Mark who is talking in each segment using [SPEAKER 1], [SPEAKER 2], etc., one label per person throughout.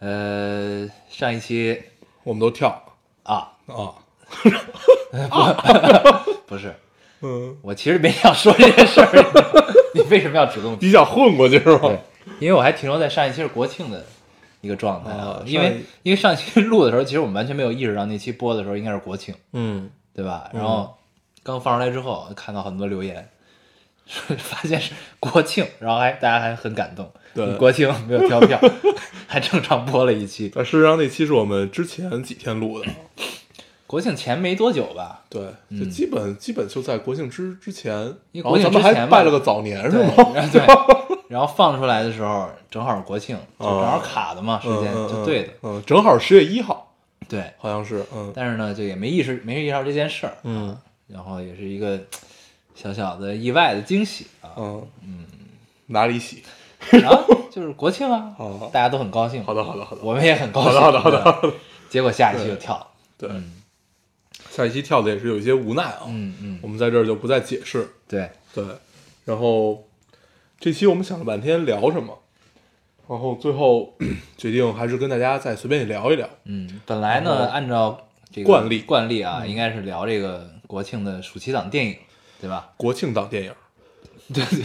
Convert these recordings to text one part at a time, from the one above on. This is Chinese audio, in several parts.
[SPEAKER 1] 呃，上一期
[SPEAKER 2] 我们都跳
[SPEAKER 1] 啊，
[SPEAKER 2] 啊，
[SPEAKER 1] 不是，
[SPEAKER 2] 嗯，
[SPEAKER 1] 我其实没想说这件事儿， 你为什么要主动
[SPEAKER 2] 比较混过去是吧
[SPEAKER 1] 对？，因为我还停留在上一期是国庆的一个状态啊
[SPEAKER 2] 哦，
[SPEAKER 1] 因
[SPEAKER 2] 上
[SPEAKER 1] 为
[SPEAKER 2] 一
[SPEAKER 1] 因为上一期录的时候，其实我们完全没有意识到那期播的时候应该是国庆，
[SPEAKER 2] 嗯，
[SPEAKER 1] 对吧？然后刚放出来之后，看到很多留言，说发现是国庆，然后还大家还很感动，嗯
[SPEAKER 2] 对
[SPEAKER 1] 国庆没有跳 票，还正常播了一期。
[SPEAKER 2] 但事实上那期是我们之前几天录的，
[SPEAKER 1] 国庆前没多久 吧，
[SPEAKER 2] 对，
[SPEAKER 1] 嗯
[SPEAKER 2] 就基本基本就在国庆之之前，
[SPEAKER 1] 因为
[SPEAKER 2] 然
[SPEAKER 1] 国
[SPEAKER 2] 后
[SPEAKER 1] 庆之
[SPEAKER 2] 咱
[SPEAKER 1] 前
[SPEAKER 2] 们
[SPEAKER 1] 吧
[SPEAKER 2] 还拜了个早年是
[SPEAKER 1] 对
[SPEAKER 2] 吗？
[SPEAKER 1] 然后 对，然后放出来的时候正好是国庆，就正好
[SPEAKER 2] 哦
[SPEAKER 1] 卡的嘛，时
[SPEAKER 2] 嗯
[SPEAKER 1] 间
[SPEAKER 2] 嗯
[SPEAKER 1] 就对的，
[SPEAKER 2] 嗯，嗯正好十月一号，
[SPEAKER 1] 对。
[SPEAKER 2] 好像是，嗯
[SPEAKER 1] 但是呢，就也没意识没意识到这件事儿，
[SPEAKER 2] 嗯
[SPEAKER 1] 然后也是一个小小的意外的惊喜啊。
[SPEAKER 2] 嗯嗯，哪里洗？
[SPEAKER 1] 然后就是国庆啊
[SPEAKER 2] 哦，
[SPEAKER 1] 大家都很高兴。
[SPEAKER 2] 好的好的好的
[SPEAKER 1] 我们也很高兴。
[SPEAKER 2] 好的好的好的
[SPEAKER 1] 对吧。结果下一期就跳了。
[SPEAKER 2] 对，
[SPEAKER 1] 嗯
[SPEAKER 2] 下一期跳的也是有一些无奈啊，
[SPEAKER 1] 嗯嗯，
[SPEAKER 2] 我们在这儿就不再解释，
[SPEAKER 1] 对，
[SPEAKER 2] 对，然后这期我们想了半天聊什么，然后最后决定还是跟大家再随便聊一聊。
[SPEAKER 1] 嗯，本来呢，
[SPEAKER 2] 然后
[SPEAKER 1] 按照这个
[SPEAKER 2] 惯例嗯
[SPEAKER 1] 惯例啊，应该是聊这个国庆的暑期档电影，对吧？
[SPEAKER 2] 国庆档电影，
[SPEAKER 1] 对对。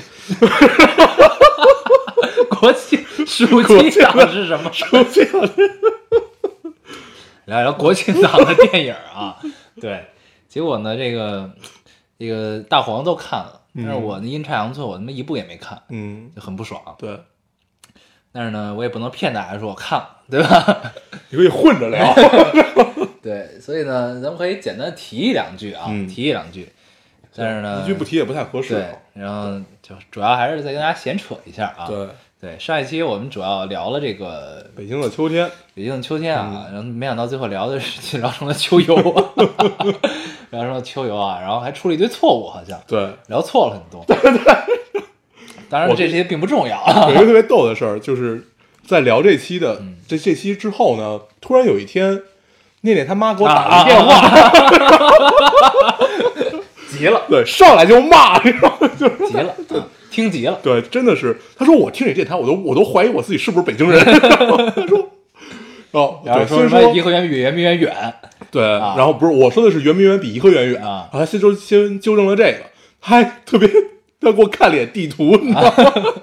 [SPEAKER 1] 国庆啊暑期档是什么？
[SPEAKER 2] 国庆档 电影，
[SPEAKER 1] 聊一聊啊国庆档的电影 啊。对，结果呢，这个这个大黄都看了，但是我那阴差阳错，我他妈一部也没看，
[SPEAKER 2] 嗯，
[SPEAKER 1] 就很不爽。
[SPEAKER 2] 对，
[SPEAKER 1] 但是呢，我也不能骗大家说我看了，对 吧？
[SPEAKER 2] 你可以混着聊。
[SPEAKER 1] 对，所以呢，咱们可以简单提一两句啊，
[SPEAKER 2] 嗯
[SPEAKER 1] 提一两句。 但是呢，
[SPEAKER 2] 一句不提也不太合适
[SPEAKER 1] 对
[SPEAKER 2] 啊。，
[SPEAKER 1] 然后就主要还是再跟大家闲扯一下啊。
[SPEAKER 2] 对，
[SPEAKER 1] 对，上一期我们主要聊了这个
[SPEAKER 2] 北京的秋天，
[SPEAKER 1] 北京的秋天啊，然后没想到最后聊的是聊成了秋游，啊 聊成了秋游啊，然后还出了一堆错误，好像
[SPEAKER 2] 对，
[SPEAKER 1] 聊错了很多。当然
[SPEAKER 2] 我
[SPEAKER 1] 这些并不重要啊。
[SPEAKER 2] 有一个特别逗的事儿，就是在聊这期的
[SPEAKER 1] 嗯
[SPEAKER 2] 这这期之后呢，突然有一天，念念他妈
[SPEAKER 1] 啊
[SPEAKER 2] 给我打了一电话，
[SPEAKER 1] 话， 急了，
[SPEAKER 2] 对，上来就骂，你知道吗？就是
[SPEAKER 1] 急了，啊听急了，
[SPEAKER 2] 对，真的是，他说我听你电台，我都我都怀疑我自己是不是北 京人。他说，哦，
[SPEAKER 1] 然后
[SPEAKER 2] 对，
[SPEAKER 1] 说
[SPEAKER 2] 先
[SPEAKER 1] 什么颐
[SPEAKER 2] 说
[SPEAKER 1] 和园比圆明园远，
[SPEAKER 2] 对，然后不是我说的是圆明园比颐和园远
[SPEAKER 1] 啊
[SPEAKER 2] 然后他先说先纠正了这个，他还特别他给我看了眼地图，你知道吗？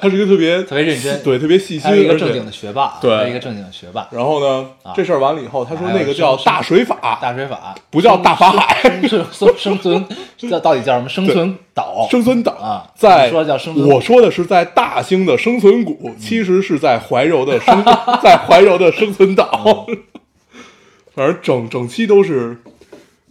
[SPEAKER 2] 他是一个特别
[SPEAKER 1] 特别认真
[SPEAKER 2] 对，特别细心，
[SPEAKER 1] 他是一个
[SPEAKER 2] 而且
[SPEAKER 1] 正经的。学霸啊，
[SPEAKER 2] 对
[SPEAKER 1] 他是一个正经的学霸。
[SPEAKER 2] 然后呢
[SPEAKER 1] 啊，
[SPEAKER 2] 这事儿完了以后，他说
[SPEAKER 1] 还有
[SPEAKER 2] 那个叫
[SPEAKER 1] 生
[SPEAKER 2] 大水法，
[SPEAKER 1] 大水法
[SPEAKER 2] 不叫大法海，
[SPEAKER 1] 生生生存 叫到底叫什么？生存岛，
[SPEAKER 2] 生存岛
[SPEAKER 1] 啊
[SPEAKER 2] 在
[SPEAKER 1] 你说叫生存嗯
[SPEAKER 2] 我说的是在大兴的生存谷，其实是在怀柔 的生，在怀柔的生存岛。
[SPEAKER 1] 嗯
[SPEAKER 2] 反正整整期都是，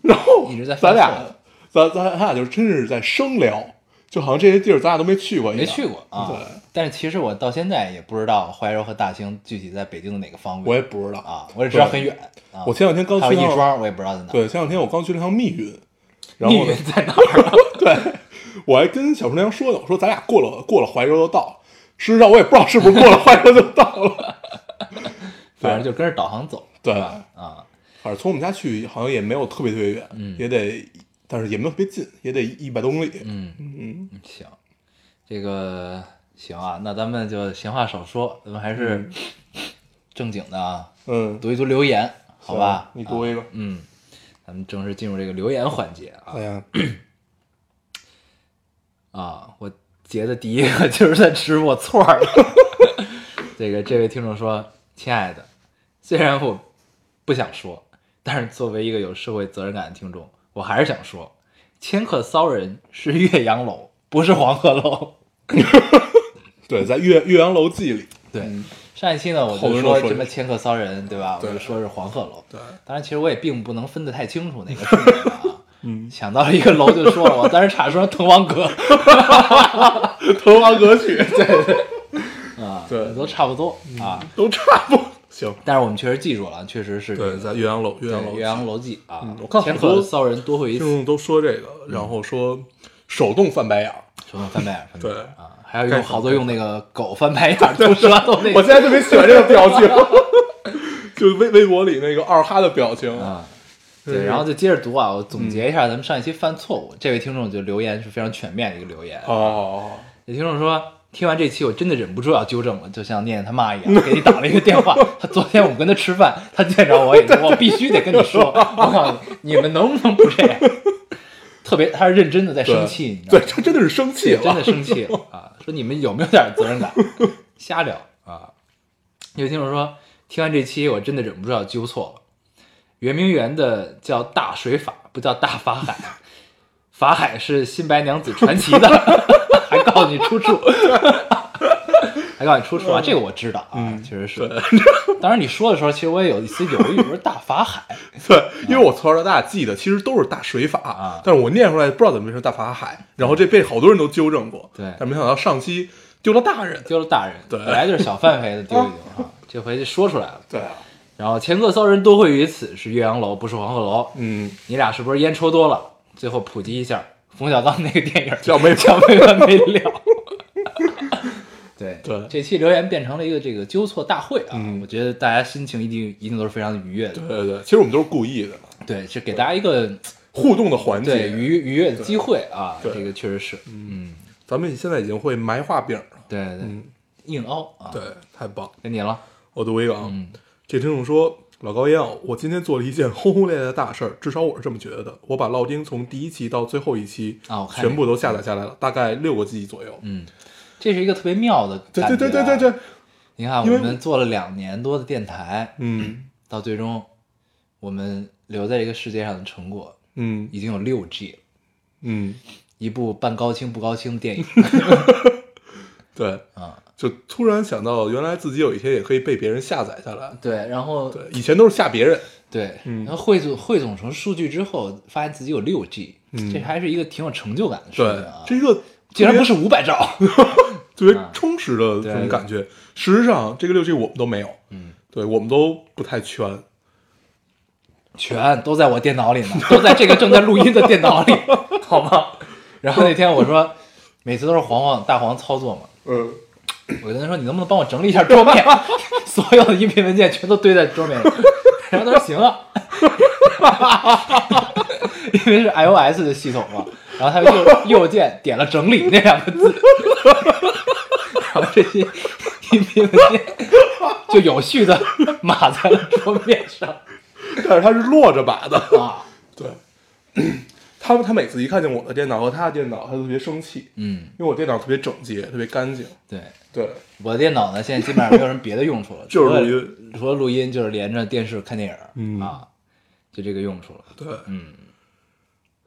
[SPEAKER 2] 然后
[SPEAKER 1] 一直在犯
[SPEAKER 2] 咱俩
[SPEAKER 1] 错，
[SPEAKER 2] 咱咱咱俩就真是在生聊，就好像这些地儿咱俩都没去过一
[SPEAKER 1] 没
[SPEAKER 2] 样，
[SPEAKER 1] 去过啊
[SPEAKER 2] 对。
[SPEAKER 1] 但是其实我到现在也不知道怀柔和大兴具体在北京的哪个方位。
[SPEAKER 2] 我也不知道。
[SPEAKER 1] 啊，我也知道很远啊。
[SPEAKER 2] 我前两天刚
[SPEAKER 1] 还有
[SPEAKER 2] 去
[SPEAKER 1] 亦
[SPEAKER 2] 趟，
[SPEAKER 1] 庄，我也不知道在哪。，
[SPEAKER 2] 对，前两天我刚去了趟密云，然
[SPEAKER 1] 密
[SPEAKER 2] 后呢
[SPEAKER 1] 云，在哪儿啊？
[SPEAKER 2] 对我还跟小厨娘说呢，我说咱俩过了过了怀柔就到了，事实上我也不知道是不是过了怀柔就到了，
[SPEAKER 1] 反正就跟着导航走
[SPEAKER 2] 对。
[SPEAKER 1] 啊。
[SPEAKER 2] 反正从我们家去好像也没有特别特别远，也得，但是也没有特别近，也得一百多公里。
[SPEAKER 1] 嗯
[SPEAKER 2] 嗯嗯
[SPEAKER 1] 行，这个行啊，那咱们就闲话少说，咱们还是正经的啊，
[SPEAKER 2] 嗯，
[SPEAKER 1] 读一读留言，好吧
[SPEAKER 2] 行？你读一个。
[SPEAKER 1] 嗯，咱们正式进入这个留言环节啊。
[SPEAKER 2] 哎呀，
[SPEAKER 1] 啊，我截的第一个 就是在吃我错儿了。这个这位听众说：“亲爱的，虽然我不想说，但是作为一个有社会责任感的听众，我还是想说，千客骚人是岳阳楼，不是黄鹤楼。
[SPEAKER 2] 对，在岳岳阳楼记里，”
[SPEAKER 1] 对，上一期呢，我
[SPEAKER 2] 嗯后
[SPEAKER 1] 就
[SPEAKER 2] 面都
[SPEAKER 1] 说
[SPEAKER 2] 说
[SPEAKER 1] 什么千客骚人，对吧？我
[SPEAKER 2] 对
[SPEAKER 1] 就说是黄鹤楼。
[SPEAKER 2] 对，
[SPEAKER 1] 当然，其实我也并不能分得太清楚哪个是哪个啊。嗯，想到了一个楼就说了， 我当时差点说成滕王阁。
[SPEAKER 2] 《滕王阁序》。对，
[SPEAKER 1] 啊，
[SPEAKER 2] 对嗯
[SPEAKER 1] 都差不多啊。
[SPEAKER 2] 都差不多行。
[SPEAKER 1] 但是我们确实记住了，确实是这
[SPEAKER 2] 对，
[SPEAKER 1] 个
[SPEAKER 2] 在岳阳楼，岳阳
[SPEAKER 1] 对
[SPEAKER 2] 楼，
[SPEAKER 1] 岳阳楼记啊
[SPEAKER 2] 嗯我看，好
[SPEAKER 1] 前
[SPEAKER 2] 多
[SPEAKER 1] 可骚人多会一
[SPEAKER 2] 听
[SPEAKER 1] 次，
[SPEAKER 2] 众都说这个，然后说手动翻白眼儿。
[SPEAKER 1] 什么翻白眼儿，翻白眼儿
[SPEAKER 2] 对
[SPEAKER 1] 啊，还有
[SPEAKER 2] 该
[SPEAKER 1] 用
[SPEAKER 2] 翻
[SPEAKER 1] 好多用那个狗翻白眼儿、吐舌头那
[SPEAKER 2] 我
[SPEAKER 1] 个
[SPEAKER 2] 现在特别喜欢这个表情， 就微微博里那个二哈的表情。
[SPEAKER 1] 啊。
[SPEAKER 2] 就
[SPEAKER 1] 对，
[SPEAKER 2] 是
[SPEAKER 1] 然后就接着读啊，我总结一下咱们上一期犯错误。这位听众就留言是非常全面的一个留言，
[SPEAKER 2] 哦，
[SPEAKER 1] 有听众说，听完这期我真的忍不住要纠正了，就像念念他妈一样，给你打了一个电话。 他昨天我们跟他吃饭，他见着我也，我必须得跟你说，我告诉你，你们能不能不这样？ 特别，他是认真的在生气，你知道
[SPEAKER 2] 对哎
[SPEAKER 1] 吗？
[SPEAKER 2] 他真的是生气了，
[SPEAKER 1] 真 的生气了啊！说你们有没有点责任感？瞎聊啊！有听众说，听完这期我真的忍不住要纠错了。圆明园的叫大水法，不叫大法海。法海是《新白娘子传奇》的， 还告诉你出处， 还告诉你出处啊！这个我知道啊，
[SPEAKER 2] 嗯
[SPEAKER 1] 确实是。当时你说的时候，其实我也有一丝犹豫，我说大法海，
[SPEAKER 2] 对，因为我从小到大记得其实都是大水法，
[SPEAKER 1] 啊
[SPEAKER 2] 但是我念出来不知道怎么变成大法海，然后这被好多人都纠正过，
[SPEAKER 1] 对
[SPEAKER 2] 但没想到上期丢了大人，
[SPEAKER 1] 丢了大人，
[SPEAKER 2] 对
[SPEAKER 1] 本来就是小范围的丢一丢啊，这回就说出来了。
[SPEAKER 2] 对啊，
[SPEAKER 1] 然后前客骚人多会于此是岳阳楼，不是黄鹤楼。
[SPEAKER 2] 嗯，
[SPEAKER 1] 你俩是不是烟抽多了？最后普及一下冯小刚那个电影儿
[SPEAKER 2] 叫没
[SPEAKER 1] 叫没完没了。 对
[SPEAKER 2] 对
[SPEAKER 1] 这期留言变成了一个这个纠错大会啊！
[SPEAKER 2] 嗯
[SPEAKER 1] 我觉得大家心情一定一定都是非常愉悦的
[SPEAKER 2] 对。对对，其实我们都是故意的，
[SPEAKER 1] 对，是给大家一个
[SPEAKER 2] 互动的环
[SPEAKER 1] 对
[SPEAKER 2] 节，
[SPEAKER 1] 愉愉悦的机会啊！
[SPEAKER 2] 对
[SPEAKER 1] 这个确实是，嗯，
[SPEAKER 2] 咱们现在已经会埋画饼了，
[SPEAKER 1] 对对，
[SPEAKER 2] 嗯，
[SPEAKER 1] 硬凹啊！
[SPEAKER 2] 对，太棒，
[SPEAKER 1] 该你了，
[SPEAKER 2] 我读一个啊，
[SPEAKER 1] 嗯
[SPEAKER 2] 这听众说。老高烟啊，我今天做了一件轰轰烈烈的大事儿，至少我是这么觉得的。我把《烙丁》从第一期到最后一期
[SPEAKER 1] 啊我看
[SPEAKER 2] 全部都下载下来了，大概六个 G 左右。
[SPEAKER 1] 嗯，这是一个特别妙的
[SPEAKER 2] 对
[SPEAKER 1] 感觉
[SPEAKER 2] 对
[SPEAKER 1] 啊
[SPEAKER 2] 对对对对，
[SPEAKER 1] 你看，
[SPEAKER 2] 因为
[SPEAKER 1] 我们做了两年多的电台，
[SPEAKER 2] 嗯
[SPEAKER 1] 到最终，我们留在这个世界上的成果
[SPEAKER 2] 嗯
[SPEAKER 1] 已经有六 G 了，
[SPEAKER 2] 嗯，
[SPEAKER 1] 一部半高清不高清的 电影
[SPEAKER 2] 对，
[SPEAKER 1] 啊、
[SPEAKER 2] 就突然想到，原来自己有一天也可以被别人下载下来。
[SPEAKER 1] 对，然后
[SPEAKER 2] 对，以前都是下别人，
[SPEAKER 1] 对
[SPEAKER 2] 嗯
[SPEAKER 1] 然后汇总汇总成数据之后，发现自己有六 G，、
[SPEAKER 2] 嗯
[SPEAKER 1] 这还是一个挺有成就感的事
[SPEAKER 2] 对
[SPEAKER 1] 情啊，，
[SPEAKER 2] 这一个
[SPEAKER 1] 竟然不是五百兆，
[SPEAKER 2] 特别
[SPEAKER 1] 啊
[SPEAKER 2] 充实的这种感觉。事实上，这个六 G 我们都没有，
[SPEAKER 1] 嗯，
[SPEAKER 2] 对我们都不太全。
[SPEAKER 1] 全都在我电脑里呢，都在这个正在录音的电脑 里，好吗？然后那天我说，每次都是黄黄大黄操作嘛，
[SPEAKER 2] 嗯，
[SPEAKER 1] 我跟他说：“你能不能帮我整理一下桌面？ 所有的音频文件全都堆在桌面上。”然后他说：“行啊， 因为是 iOS 的系统嘛。”然后他就右右键点了“整理”那两个字， 然后这些音频文件就有序的码在了桌面上
[SPEAKER 2] 但是它是落着把的。
[SPEAKER 1] 啊。
[SPEAKER 2] 对，他他每次一看见我的电脑和他的电脑，他就特别生气，
[SPEAKER 1] 嗯，
[SPEAKER 2] 因为我电脑特别整洁，特别干净。
[SPEAKER 1] 对，
[SPEAKER 2] 对，
[SPEAKER 1] 我的电脑呢，现在基本上没有什么别的用处了，
[SPEAKER 2] 就是录
[SPEAKER 1] 除了
[SPEAKER 2] 音，
[SPEAKER 1] 除了录音就是连着电视看电影儿、
[SPEAKER 2] 嗯
[SPEAKER 1] 啊，就这个用处了。
[SPEAKER 2] 对，
[SPEAKER 1] 嗯。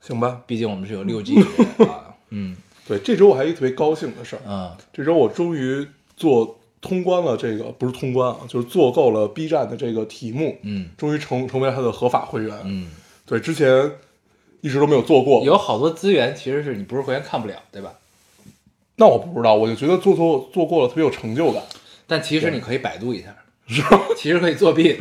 [SPEAKER 2] 行吧。
[SPEAKER 1] 毕竟我们是有六 G 的啊，嗯
[SPEAKER 2] 对，这周我还有一个特别高兴的事儿，
[SPEAKER 1] 啊，
[SPEAKER 2] 这周我终于做通关了这个，不是通关啊，就是做够了 B 站的这个题目，
[SPEAKER 1] 嗯
[SPEAKER 2] 终于成成为了他的合法会员。
[SPEAKER 1] 嗯，
[SPEAKER 2] 对，之前一直都没有做过。
[SPEAKER 1] 有好多资源其实是你不是会员看不了，对吧？
[SPEAKER 2] 那我不知道，我就觉得做做做过了特别有成就感。
[SPEAKER 1] 但其实你可以百度一下，是吧？ 其实可以作弊，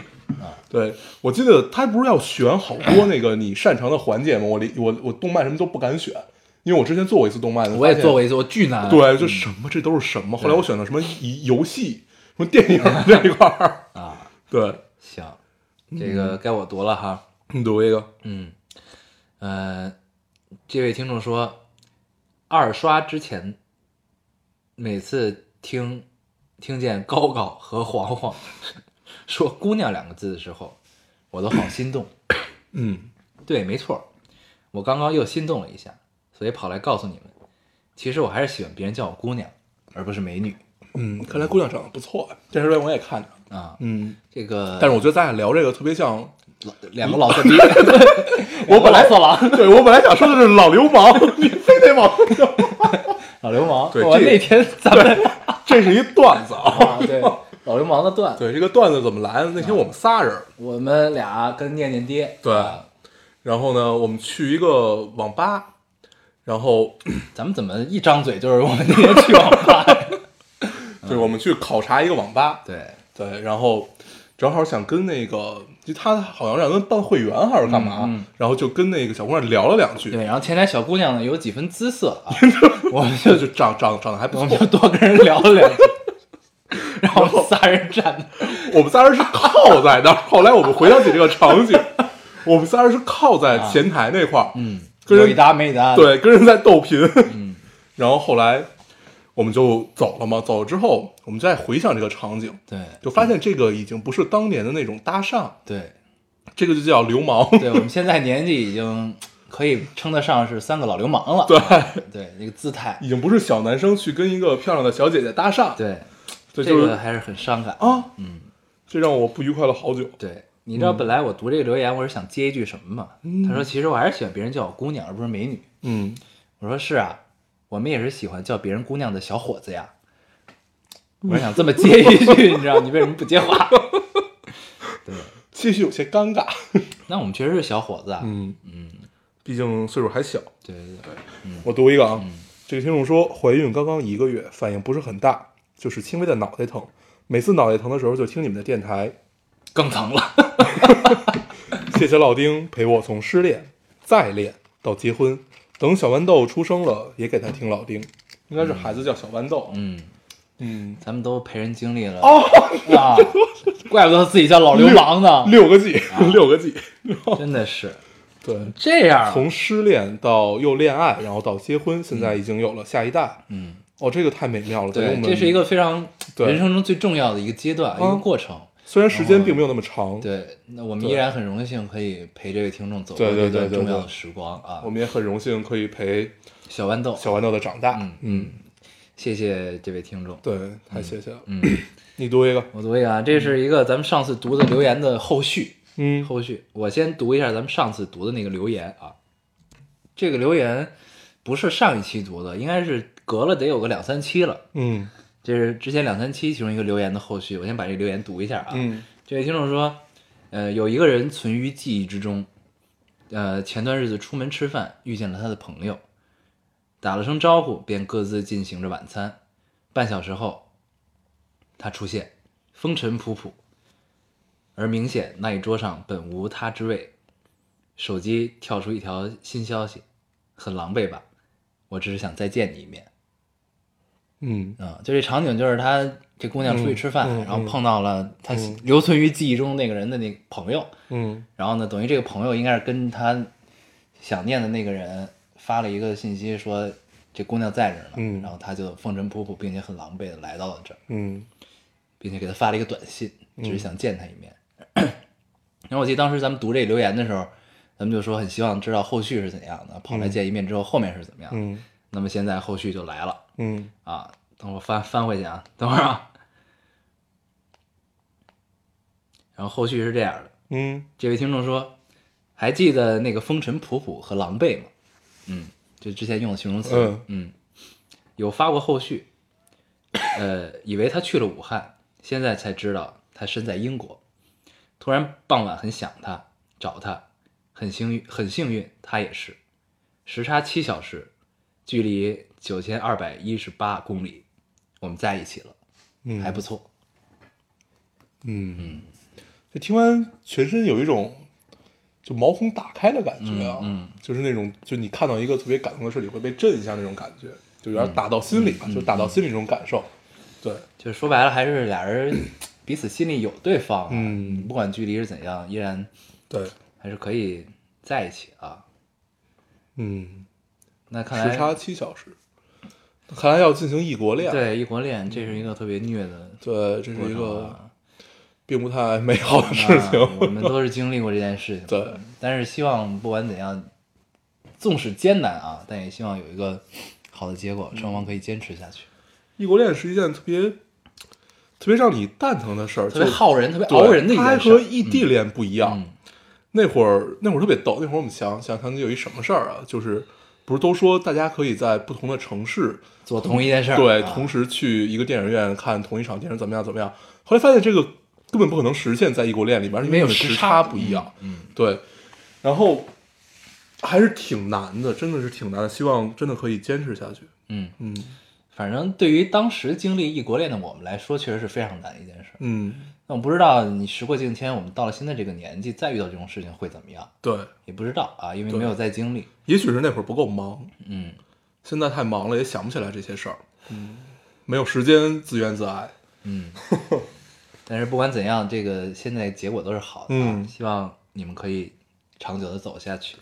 [SPEAKER 2] 对，我记得他不是要选好多那个你擅长的环节吗？我里我我动漫什么都不敢选，因为我之前做过一次动漫，
[SPEAKER 1] 我也
[SPEAKER 2] 发现
[SPEAKER 1] 做过一次，嗯我巨难。
[SPEAKER 2] 对，就什么这都是什么？后来我选的什么游游戏、什么电影这一块儿
[SPEAKER 1] 啊，
[SPEAKER 2] 对，
[SPEAKER 1] 行，这个该我读了哈，
[SPEAKER 2] 你读一个，
[SPEAKER 1] 嗯，呃，这位听众说，二刷之前，每次听听见高高和黄黄 说“姑娘”两个字的时候，我都好心动。
[SPEAKER 2] 嗯，
[SPEAKER 1] 对，没错儿，我刚刚又心动了一下，所以跑来告诉你们，其实我还是喜欢别人叫我姑娘，而不是美女
[SPEAKER 2] 嗯，看来姑娘长得不错，电视剧我也看着，
[SPEAKER 1] 啊。
[SPEAKER 2] 嗯，
[SPEAKER 1] 这个，
[SPEAKER 2] 但是我觉得咱俩聊这个特别像，
[SPEAKER 1] 老两个老色逼，
[SPEAKER 2] 我本来啊
[SPEAKER 1] 老色狼、
[SPEAKER 2] 对我本来想说的是老流氓， 你非得往上聊，
[SPEAKER 1] 老流氓。
[SPEAKER 2] 对
[SPEAKER 1] 我
[SPEAKER 2] 这个
[SPEAKER 1] 那天咱们
[SPEAKER 2] 这是一段子 啊。
[SPEAKER 1] 啊，对老流氓的段，
[SPEAKER 2] 对，这个段子怎么来的？那天我们仨人，
[SPEAKER 1] 我们俩跟念念爹，
[SPEAKER 2] 对
[SPEAKER 1] 啊
[SPEAKER 2] 然后呢，我们去一个网吧，然后
[SPEAKER 1] 嗯咱们怎么一张嘴就是我们那天去网吧？
[SPEAKER 2] 就是我们去考察一个网吧，
[SPEAKER 1] 对，
[SPEAKER 2] 对，然后正好想跟那个，就他好像让人办会员还是干嘛，
[SPEAKER 1] 嗯嗯
[SPEAKER 2] 然后就跟那个小姑娘聊了两句，
[SPEAKER 1] 对，然后前台小姑娘呢有几分姿色 啊，我们就
[SPEAKER 2] 就就长长长得还不
[SPEAKER 1] 我们
[SPEAKER 2] 错
[SPEAKER 1] 就，多跟人聊了两句， 然后我们仨人站着，
[SPEAKER 2] 我们仨人是靠在那儿。后来我们回想起这个 场景，我们仨人是靠在前台那块儿，
[SPEAKER 1] 啊嗯，
[SPEAKER 2] 跟
[SPEAKER 1] 有
[SPEAKER 2] 人
[SPEAKER 1] 一搭没一搭，，
[SPEAKER 2] 对，跟人在斗贫。然后后来我们就走了嘛，走了之后，我们再回想这个场景，
[SPEAKER 1] 对
[SPEAKER 2] 就发现这个已经不是当年的那种搭讪，
[SPEAKER 1] 对
[SPEAKER 2] 这个就叫流氓。
[SPEAKER 1] 对，我们现在年纪已经可以称得上是三个老流氓了，
[SPEAKER 2] 对，
[SPEAKER 1] 对，那个姿态，
[SPEAKER 2] 已经不是小男生去跟一个漂亮的小姐姐搭讪，
[SPEAKER 1] 对，
[SPEAKER 2] 这
[SPEAKER 1] 这
[SPEAKER 2] 就是、
[SPEAKER 1] 个还是很伤感。
[SPEAKER 2] 啊，
[SPEAKER 1] 嗯，
[SPEAKER 2] 这让我不愉快了好久。
[SPEAKER 1] 对，你
[SPEAKER 2] 嗯
[SPEAKER 1] 知道本来我读这个留言，我是想接一句什么吗？他说其实我还是喜欢别人叫我姑娘，而不是美女。
[SPEAKER 2] 嗯，
[SPEAKER 1] 我说是啊，我们也是喜欢叫别人姑娘的小伙子呀。
[SPEAKER 2] 嗯
[SPEAKER 1] 我是想这么接一句， 你知道你为什么不接话？对，
[SPEAKER 2] 些许有些尴尬。
[SPEAKER 1] 那我们确实是小伙子啊。
[SPEAKER 2] 嗯嗯，毕竟岁数还小。
[SPEAKER 1] 对对对，
[SPEAKER 2] 我读一个
[SPEAKER 1] 嗯
[SPEAKER 2] 啊，这个听众说怀孕刚刚一个月，反应不是很大，就是轻微的脑袋疼。每次脑袋疼的时候就听你们的电台，
[SPEAKER 1] 更疼了。
[SPEAKER 2] 谢谢老丁陪我从失恋、再恋到结婚，等小豌豆出生了也给他听老丁，应该是孩子叫小豌豆。
[SPEAKER 1] 嗯，
[SPEAKER 2] 嗯，
[SPEAKER 1] 咱们都陪人经历了哦啊，怪不得自己叫老流氓呢，
[SPEAKER 2] 嗯六个 G，六
[SPEAKER 1] 啊
[SPEAKER 2] 个
[SPEAKER 1] 嗯
[SPEAKER 2] G。
[SPEAKER 1] 真的是
[SPEAKER 2] 对，
[SPEAKER 1] 这样啊。
[SPEAKER 2] 从失恋到又恋爱，然后到结婚，现在已经有了下一代。
[SPEAKER 1] 嗯，
[SPEAKER 2] 哦，这个太美妙了。感觉我
[SPEAKER 1] 对，
[SPEAKER 2] 们
[SPEAKER 1] 这是一个非常
[SPEAKER 2] 对
[SPEAKER 1] 人生中最重要的一个阶段，一个
[SPEAKER 2] 嗯
[SPEAKER 1] 过程。
[SPEAKER 2] 虽然时间并没有那么长，
[SPEAKER 1] 对，那我们
[SPEAKER 2] 对
[SPEAKER 1] 依然很荣幸可以陪这位听众走过
[SPEAKER 2] 对对
[SPEAKER 1] 这段
[SPEAKER 2] 对对
[SPEAKER 1] 重要
[SPEAKER 2] 对
[SPEAKER 1] 的时光啊
[SPEAKER 2] 我。们也很荣幸可以陪
[SPEAKER 1] 小豌豆，
[SPEAKER 2] 小豌豆的长大。
[SPEAKER 1] 嗯
[SPEAKER 2] 嗯，
[SPEAKER 1] 谢谢这位听众。
[SPEAKER 2] 对，太谢谢了。
[SPEAKER 1] 嗯，
[SPEAKER 2] 你读一个，
[SPEAKER 1] 我读一个啊，这是一个咱们上次读的留言的后续。
[SPEAKER 2] 嗯
[SPEAKER 1] 后续我先读一下咱们上次读的那个留言啊，这个留言不是上一期读的，应该是隔了得有个两三期了。
[SPEAKER 2] 嗯
[SPEAKER 1] 这是之前两三期其中一个留言的后续，我先把这个留言读一下啊。
[SPEAKER 2] 嗯
[SPEAKER 1] 这位听众说，呃，有一个人存于记忆之中，呃，前段日子出门吃饭遇见了他的朋友，打了声招呼，便各自进行着晚餐。半小时后，他出现，风尘仆仆，而明显那一桌上本无他之位。手机跳出一条新消息，很狼狈吧？我只是想再见你一面。
[SPEAKER 2] 嗯
[SPEAKER 1] 啊，就这场景就是他这姑娘出去吃饭，
[SPEAKER 2] 嗯嗯嗯
[SPEAKER 1] 然后碰到了他留存于记忆中那个人的那个朋友，
[SPEAKER 2] 嗯
[SPEAKER 1] 然后呢，等于这个朋友应该是跟他想念的那个人发了一个信息说这姑娘在这儿呢，
[SPEAKER 2] 嗯
[SPEAKER 1] 然后他就风尘仆仆并且很狼狈的来到了这儿，
[SPEAKER 2] 嗯
[SPEAKER 1] 并且给他发了一个短信，只是想见他一面。 然后我记得当时咱们读这留言的时候，咱们就说很希望知道后续是怎样的，跑来见一面之后后面是怎么样的。
[SPEAKER 2] 嗯
[SPEAKER 1] 那么现在后续就来了。
[SPEAKER 2] 嗯
[SPEAKER 1] 啊，等我翻翻回去啊，等会儿啊。然后后续是这样的，
[SPEAKER 2] 嗯
[SPEAKER 1] 这位听众说，还记得那个风尘仆仆和狼狈吗？嗯，就之前用的形容词，
[SPEAKER 2] 嗯
[SPEAKER 1] 有发过后续，呃，以为他去了武汉，现在才知道他身在英国。突然傍晚很想他，找他，很幸运，很幸运，他也是。时差七小时，距离九千二百一十八公里，我们在一起了，
[SPEAKER 2] 嗯，
[SPEAKER 1] 还不错。
[SPEAKER 2] 嗯，就听完全身有一种就毛孔打开的感觉啊，
[SPEAKER 1] 嗯嗯
[SPEAKER 2] 就是那种就你看到一个特别感动的事，你会被震一下那种感觉，
[SPEAKER 1] 嗯
[SPEAKER 2] 就有点打到心里吧，就打到心里那种感受。对，
[SPEAKER 1] 就是说白了，还是俩人彼此心里有对方、啊，
[SPEAKER 2] 嗯
[SPEAKER 1] 不管距离是怎样，依然
[SPEAKER 2] 对，
[SPEAKER 1] 还是可以在一起啊。
[SPEAKER 2] 嗯，
[SPEAKER 1] 那看来
[SPEAKER 2] 时差七小时，看来要进行异国恋。
[SPEAKER 1] 对异国恋，这是一个特别虐 的
[SPEAKER 2] 对，这是一
[SPEAKER 1] 过程
[SPEAKER 2] 个
[SPEAKER 1] 啊嗯
[SPEAKER 2] 并不太美好的事情。，
[SPEAKER 1] 那我们都是经历过这件事情
[SPEAKER 2] 对，
[SPEAKER 1] 但是希望不管怎样，纵使艰难啊，但也希望有一个好的结
[SPEAKER 2] 嗯
[SPEAKER 1] 果，双方可以坚持下去。
[SPEAKER 2] 异国恋是一件特别特别让你蛋疼的事儿，
[SPEAKER 1] 特别
[SPEAKER 2] 就
[SPEAKER 1] 耗人、特别
[SPEAKER 2] 对
[SPEAKER 1] 熬人的一
[SPEAKER 2] 它还
[SPEAKER 1] 件事
[SPEAKER 2] 和
[SPEAKER 1] 儿。
[SPEAKER 2] 异地恋不一样。
[SPEAKER 1] 嗯
[SPEAKER 2] 那会儿那会儿特别逗，那会儿我们想想想起有一什么事儿啊，就是不是都说大家可以在不同的城市
[SPEAKER 1] 做同一件事儿，
[SPEAKER 2] 对
[SPEAKER 1] 啊
[SPEAKER 2] 同时去一个电影院看同一场电影怎么样怎么样？后来发现这个根本不可能实现在异国恋里面，因
[SPEAKER 1] 没
[SPEAKER 2] 为
[SPEAKER 1] 有
[SPEAKER 2] 你们时
[SPEAKER 1] 时差
[SPEAKER 2] 不一样。
[SPEAKER 1] 嗯，
[SPEAKER 2] 对，然后还是挺难的，真的是挺难的，希望真的可以坚持下去。
[SPEAKER 1] 嗯，
[SPEAKER 2] 嗯。
[SPEAKER 1] 反正对于当时经历异国恋的我们来说，确实是非常难一件事儿。
[SPEAKER 2] 嗯，
[SPEAKER 1] 那我不知道你时过境迁，我们到了现在这个年纪，再遇到这种事情会怎么样，
[SPEAKER 2] 对，
[SPEAKER 1] 也不知道啊，因为
[SPEAKER 2] 对
[SPEAKER 1] 没有再经历。
[SPEAKER 2] 也许是那会儿不够忙，
[SPEAKER 1] 嗯，
[SPEAKER 2] 现在太忙了，也想不起来这些事儿，嗯，没有时间自怨自艾，
[SPEAKER 1] 嗯，但是不管怎样，这个现在结果都是好的、啊，
[SPEAKER 2] 嗯
[SPEAKER 1] 希望你们可以长久的走下去。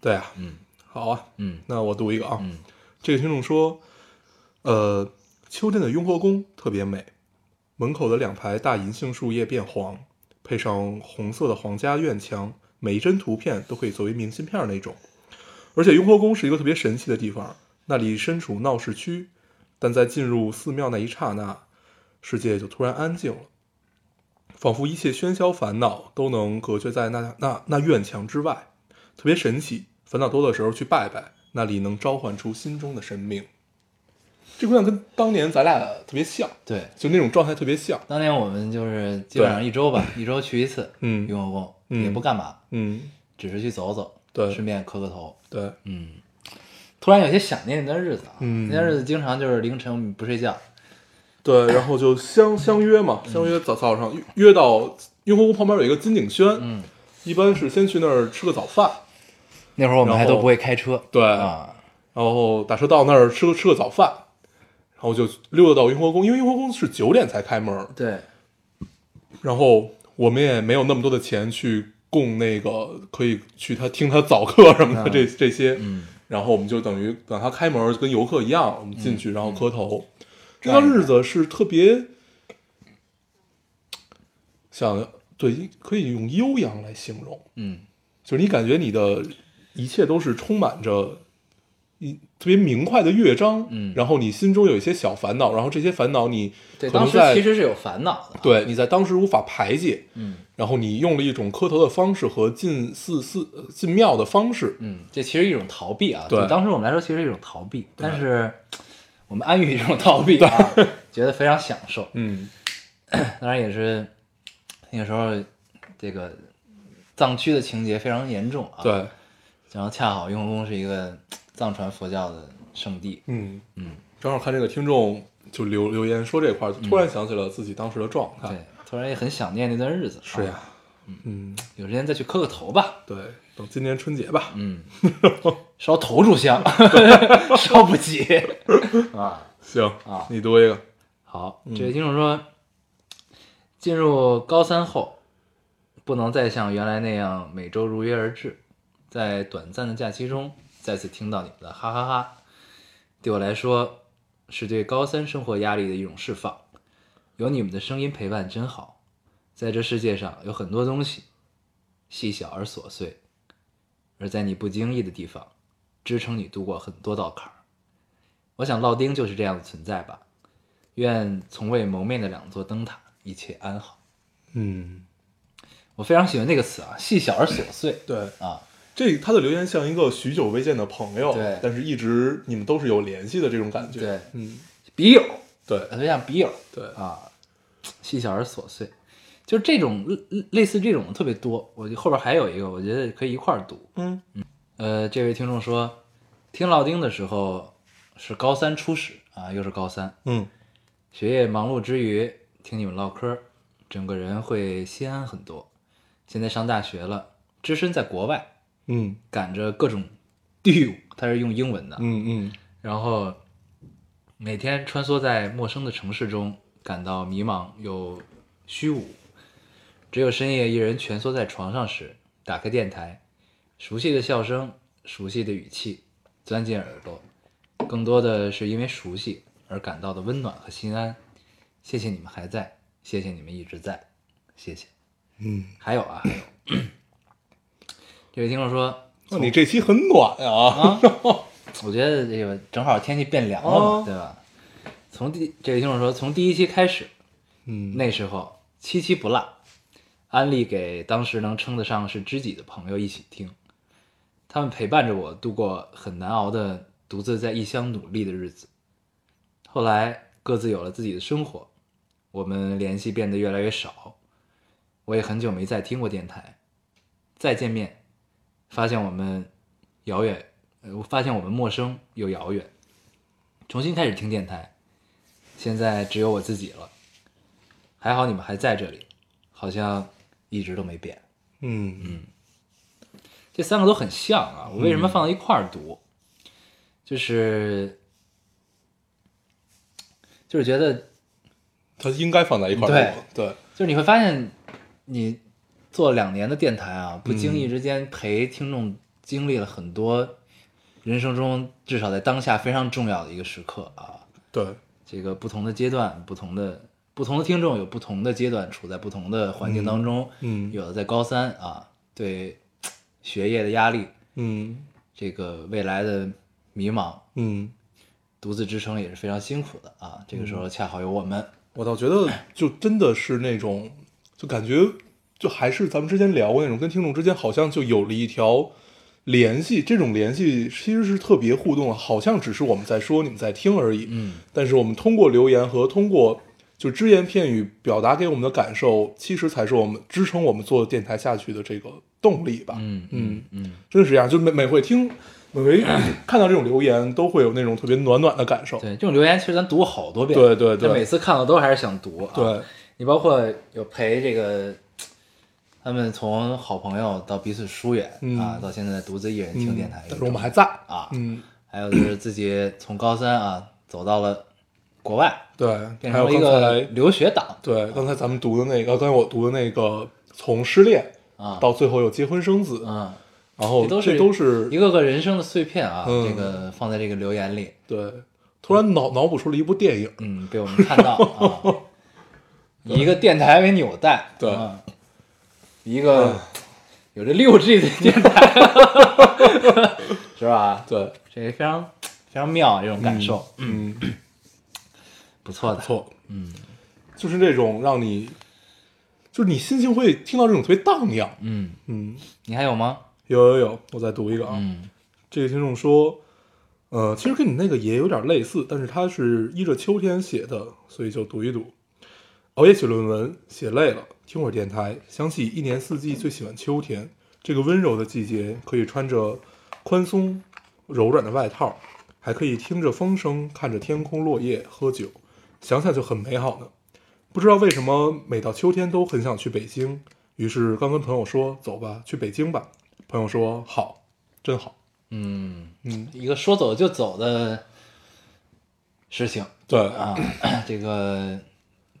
[SPEAKER 2] 对啊，
[SPEAKER 1] 嗯
[SPEAKER 2] 好啊，
[SPEAKER 1] 嗯
[SPEAKER 2] 那我读一个啊，
[SPEAKER 1] 嗯
[SPEAKER 2] 这个听众说，呃，秋天的雍和宫特别美，门口的两排大银杏树叶变黄，配上红色的皇家院墙，每一帧图片都可以作为明信片那种。而且雍和宫是一个特别神奇的地方，那里身处闹市区，但在进入寺庙那一刹那，世界就突然安静了，仿佛一切喧嚣烦恼都能隔绝在那那那院墙之外。特别神奇。烦恼多的时候去拜拜，那里能召唤出心中的神明。这姑娘跟当年咱俩特别像，
[SPEAKER 1] 对，
[SPEAKER 2] 就那种状态特别像。
[SPEAKER 1] 当年我们就是基本上一周吧，一周去一次
[SPEAKER 2] 嗯
[SPEAKER 1] 雍和宫，
[SPEAKER 2] 嗯
[SPEAKER 1] 也不干嘛，
[SPEAKER 2] 嗯，
[SPEAKER 1] 只是去走走，
[SPEAKER 2] 对
[SPEAKER 1] 顺便磕个头。
[SPEAKER 2] 对，
[SPEAKER 1] 嗯，突然有些想念那段日子啊，
[SPEAKER 2] 嗯
[SPEAKER 1] 那段日子经常就是凌晨我们不睡觉，
[SPEAKER 2] 对，然后就相相约嘛，相约早早上约约到雍和宫旁边有一个金鼎轩，
[SPEAKER 1] 嗯，
[SPEAKER 2] 一般是先去那儿吃个早饭，
[SPEAKER 1] 那会儿我们还
[SPEAKER 2] 然后
[SPEAKER 1] 都不会开车，
[SPEAKER 2] 对
[SPEAKER 1] 啊，
[SPEAKER 2] 然后打车到那儿吃个吃个早饭，然后就溜达到雍和宫，因为雍和宫是九点才开门儿，
[SPEAKER 1] 对，
[SPEAKER 2] 然后我们也没有那么多的钱去供那个可以去他听他早课什么的这这些，
[SPEAKER 1] 嗯，
[SPEAKER 2] 然后我们就等于等他开门儿就跟游客一样，我们进去然后磕头。这段日子是特别想对，可以用悠扬来形容，
[SPEAKER 1] 嗯
[SPEAKER 2] 就是你感觉你的一切都是充满着一特别明快的乐章，
[SPEAKER 1] 嗯
[SPEAKER 2] 然后你心中有一些小烦恼，然后这些烦恼你
[SPEAKER 1] 对，
[SPEAKER 2] 可能
[SPEAKER 1] 当时
[SPEAKER 2] 在
[SPEAKER 1] 其实是有烦恼的，，
[SPEAKER 2] 对你在当时无法排解，
[SPEAKER 1] 嗯
[SPEAKER 2] 然后你用了一种磕头的方式和进寺寺呃进庙的方式，
[SPEAKER 1] 嗯，这其实一种逃避啊，
[SPEAKER 2] 对
[SPEAKER 1] 就当时我们来说其实是一种逃避，但是我们安于这种逃避啊，觉得非常享受，
[SPEAKER 2] 嗯，
[SPEAKER 1] 当然也是那个时候这个藏区的情节非常严重啊，，
[SPEAKER 2] 对，
[SPEAKER 1] 然后恰好雍和宫是一个藏传佛教的圣地，
[SPEAKER 2] 嗯
[SPEAKER 1] 嗯，
[SPEAKER 2] 正好看这个听众就留留言说这块儿，就突然想起了自己当时的状
[SPEAKER 1] 嗯
[SPEAKER 2] 态，
[SPEAKER 1] 对，突然也很想念那段日子，啊
[SPEAKER 2] 啊是呀，嗯，
[SPEAKER 1] 有时间再去磕个头 吧。
[SPEAKER 2] 对，等今年春节吧，
[SPEAKER 1] 嗯，烧头炷 香，烧不起啊。
[SPEAKER 2] 行
[SPEAKER 1] 啊
[SPEAKER 2] 你读一个，
[SPEAKER 1] 好，这位听众说，进入高三后，不能再像原来那样每周如约而至，在短暂的假期中再次听到你们的哈哈哈对我来说是对高三生活压力的一种释放。有你们的声音陪伴真好，在这世界上有很多东西，细小而琐碎，而在你不经意的地方，支撑你度过很多道坎儿。我想烙丁就是这样的存在吧。愿从未谋面的两座灯塔一切安好。
[SPEAKER 2] 嗯，
[SPEAKER 1] 我非常喜欢这个词啊，细小而琐碎
[SPEAKER 2] 对，
[SPEAKER 1] 啊，
[SPEAKER 2] 这他的留言像一个许久未见的朋友，
[SPEAKER 1] 对
[SPEAKER 2] 但是一直你们都是有联系的这种感觉，
[SPEAKER 1] 对呃
[SPEAKER 2] 嗯，
[SPEAKER 1] 笔友，
[SPEAKER 2] 对
[SPEAKER 1] 特别像笔友
[SPEAKER 2] 对
[SPEAKER 1] 啊，细小而琐碎，就是这种类类似这种的特别多。我后边还有一个，我觉得可以一块儿读。
[SPEAKER 2] 嗯
[SPEAKER 1] 呃，这位听众说，听老丁的时候是高三初始啊，又是高三，
[SPEAKER 2] 嗯
[SPEAKER 1] 学业忙碌之余，听你们唠嗑，整个人会心安很多。现在上大学了，只身在国外，
[SPEAKER 2] 嗯
[SPEAKER 1] 赶着各种 due，它是用英文的，
[SPEAKER 2] 嗯嗯，
[SPEAKER 1] 然后每天穿梭在陌生的城市中，感到迷茫又虚无。只有深夜一人蜷缩在床上时，打开电台，熟悉的笑声，熟悉的语气钻进耳朵，更多的是因为熟悉而感到的温暖和心安。谢谢你们还在，谢谢你们一直在，谢谢。
[SPEAKER 2] 嗯，
[SPEAKER 1] 还有啊，还有， 这位听众说，
[SPEAKER 2] 那你这期很暖啊，
[SPEAKER 1] 啊，我觉得这个正好天气变凉了嘛，
[SPEAKER 2] 哦
[SPEAKER 1] 对吧？从第这位听众说，从第一期开始，
[SPEAKER 2] 嗯
[SPEAKER 1] 那时候七七不落，安利给当时能称得上是知己的朋友一起听，他们陪伴着我度过很难熬的独自在异乡努力的日子。后来各自有了自己的生活，我们联系变得越来越少，我也很久没再听过电台。再见面，发现我们遥远，呃，我发现我们陌生又遥远。重新开始听电台，现在只有我自己了。还好你们还在这里，好像一直都没变。
[SPEAKER 2] 嗯嗯
[SPEAKER 1] 这三个都很像啊，我为什么放到一块儿读？就是就是觉得，
[SPEAKER 2] 它应该放在一块儿读。对，
[SPEAKER 1] 就是你会发现，你做两年的电台啊，不经意之间陪听众经历了很多人生中至少在当下非常重要的一个时刻啊。
[SPEAKER 2] 对，
[SPEAKER 1] 这个不同的阶段，不同的不同的听众有不同的阶段，处在不同的环境当中，
[SPEAKER 2] 嗯
[SPEAKER 1] 有的在高三啊，对学业的压力，
[SPEAKER 2] 嗯
[SPEAKER 1] 这个未来的迷茫，
[SPEAKER 2] 嗯，
[SPEAKER 1] 独自支撑也是非常辛苦的啊。这个时候恰好有我们，
[SPEAKER 2] 我倒觉得就真的是那种，就感觉就还是咱们之前聊过那种，跟听众之间好像就有了一条联系，这种联系其实是特别互动的，好像只是我们在说，你们在听而已。
[SPEAKER 1] 嗯，
[SPEAKER 2] 但是我们通过留言和通过就只言片语表达给我们的感受，其实才是我们支撑我们做电台下去的这个动力吧。
[SPEAKER 1] 嗯
[SPEAKER 2] 嗯
[SPEAKER 1] 嗯，
[SPEAKER 2] 真是这样，就每每回听，每回看到这种留言，都会有那种特别暖暖的感受。
[SPEAKER 1] 对，这种留言其实咱读过好多遍，
[SPEAKER 2] 对对对
[SPEAKER 1] 但每次看到都还是想读、啊。
[SPEAKER 2] 对，
[SPEAKER 1] 你包括有陪这个他们从好朋友到彼此疏远、
[SPEAKER 2] 嗯
[SPEAKER 1] 啊，到现在独自一人听
[SPEAKER 2] 嗯
[SPEAKER 1] 电台，
[SPEAKER 2] 但是我们还在。
[SPEAKER 1] 啊，
[SPEAKER 2] 嗯，
[SPEAKER 1] 还有就是自己从高三啊走到了国外，
[SPEAKER 2] 对，
[SPEAKER 1] 变
[SPEAKER 2] 还
[SPEAKER 1] 成
[SPEAKER 2] 有
[SPEAKER 1] 了一
[SPEAKER 2] 刚
[SPEAKER 1] 个
[SPEAKER 2] 才
[SPEAKER 1] 留学党。
[SPEAKER 2] 对刚才咱们读的那个，刚才我读的那个，从失恋
[SPEAKER 1] 啊
[SPEAKER 2] 到最后有结婚生子，
[SPEAKER 1] 嗯，
[SPEAKER 2] 然后
[SPEAKER 1] 这都是
[SPEAKER 2] 这都是
[SPEAKER 1] 一个个人生的碎片啊，
[SPEAKER 2] 嗯
[SPEAKER 1] 这个放在这个留言里，
[SPEAKER 2] 对，突然脑脑补出了一部电影。
[SPEAKER 1] 嗯，被我们看到 啊，以一个电台为纽带，
[SPEAKER 2] 对
[SPEAKER 1] 啊一个有着六 G 的电 台，是吧？
[SPEAKER 2] 对，
[SPEAKER 1] 这个非常非常妙啊这种感受，
[SPEAKER 2] 嗯。
[SPEAKER 1] 不错的
[SPEAKER 2] 不，错，嗯， 就是这种让你，就是你心情会听到这种特别荡漾，
[SPEAKER 1] 嗯，
[SPEAKER 2] 嗯，
[SPEAKER 1] 你还有吗？
[SPEAKER 2] 有有有，我再读一个啊，
[SPEAKER 1] 嗯
[SPEAKER 2] 这个听众说，呃，其实跟你那个也有点类似，但是他是依着秋天写的，所以就读一读。熬夜写论文，写累了，听会儿电台，想起一年四季最喜欢秋天，这个温柔的季节，可以穿着宽松柔软的外套，还可以听着风声，看着天空落叶，喝酒，想想就很美好呢。不知道为什么，每到秋天都很想去北京，于是刚跟朋友说：“走吧，去北京吧。”朋友说：“好，真好。”
[SPEAKER 1] 嗯，
[SPEAKER 2] 嗯，
[SPEAKER 1] 一个说走就走的事情
[SPEAKER 2] 对，
[SPEAKER 1] 啊，这个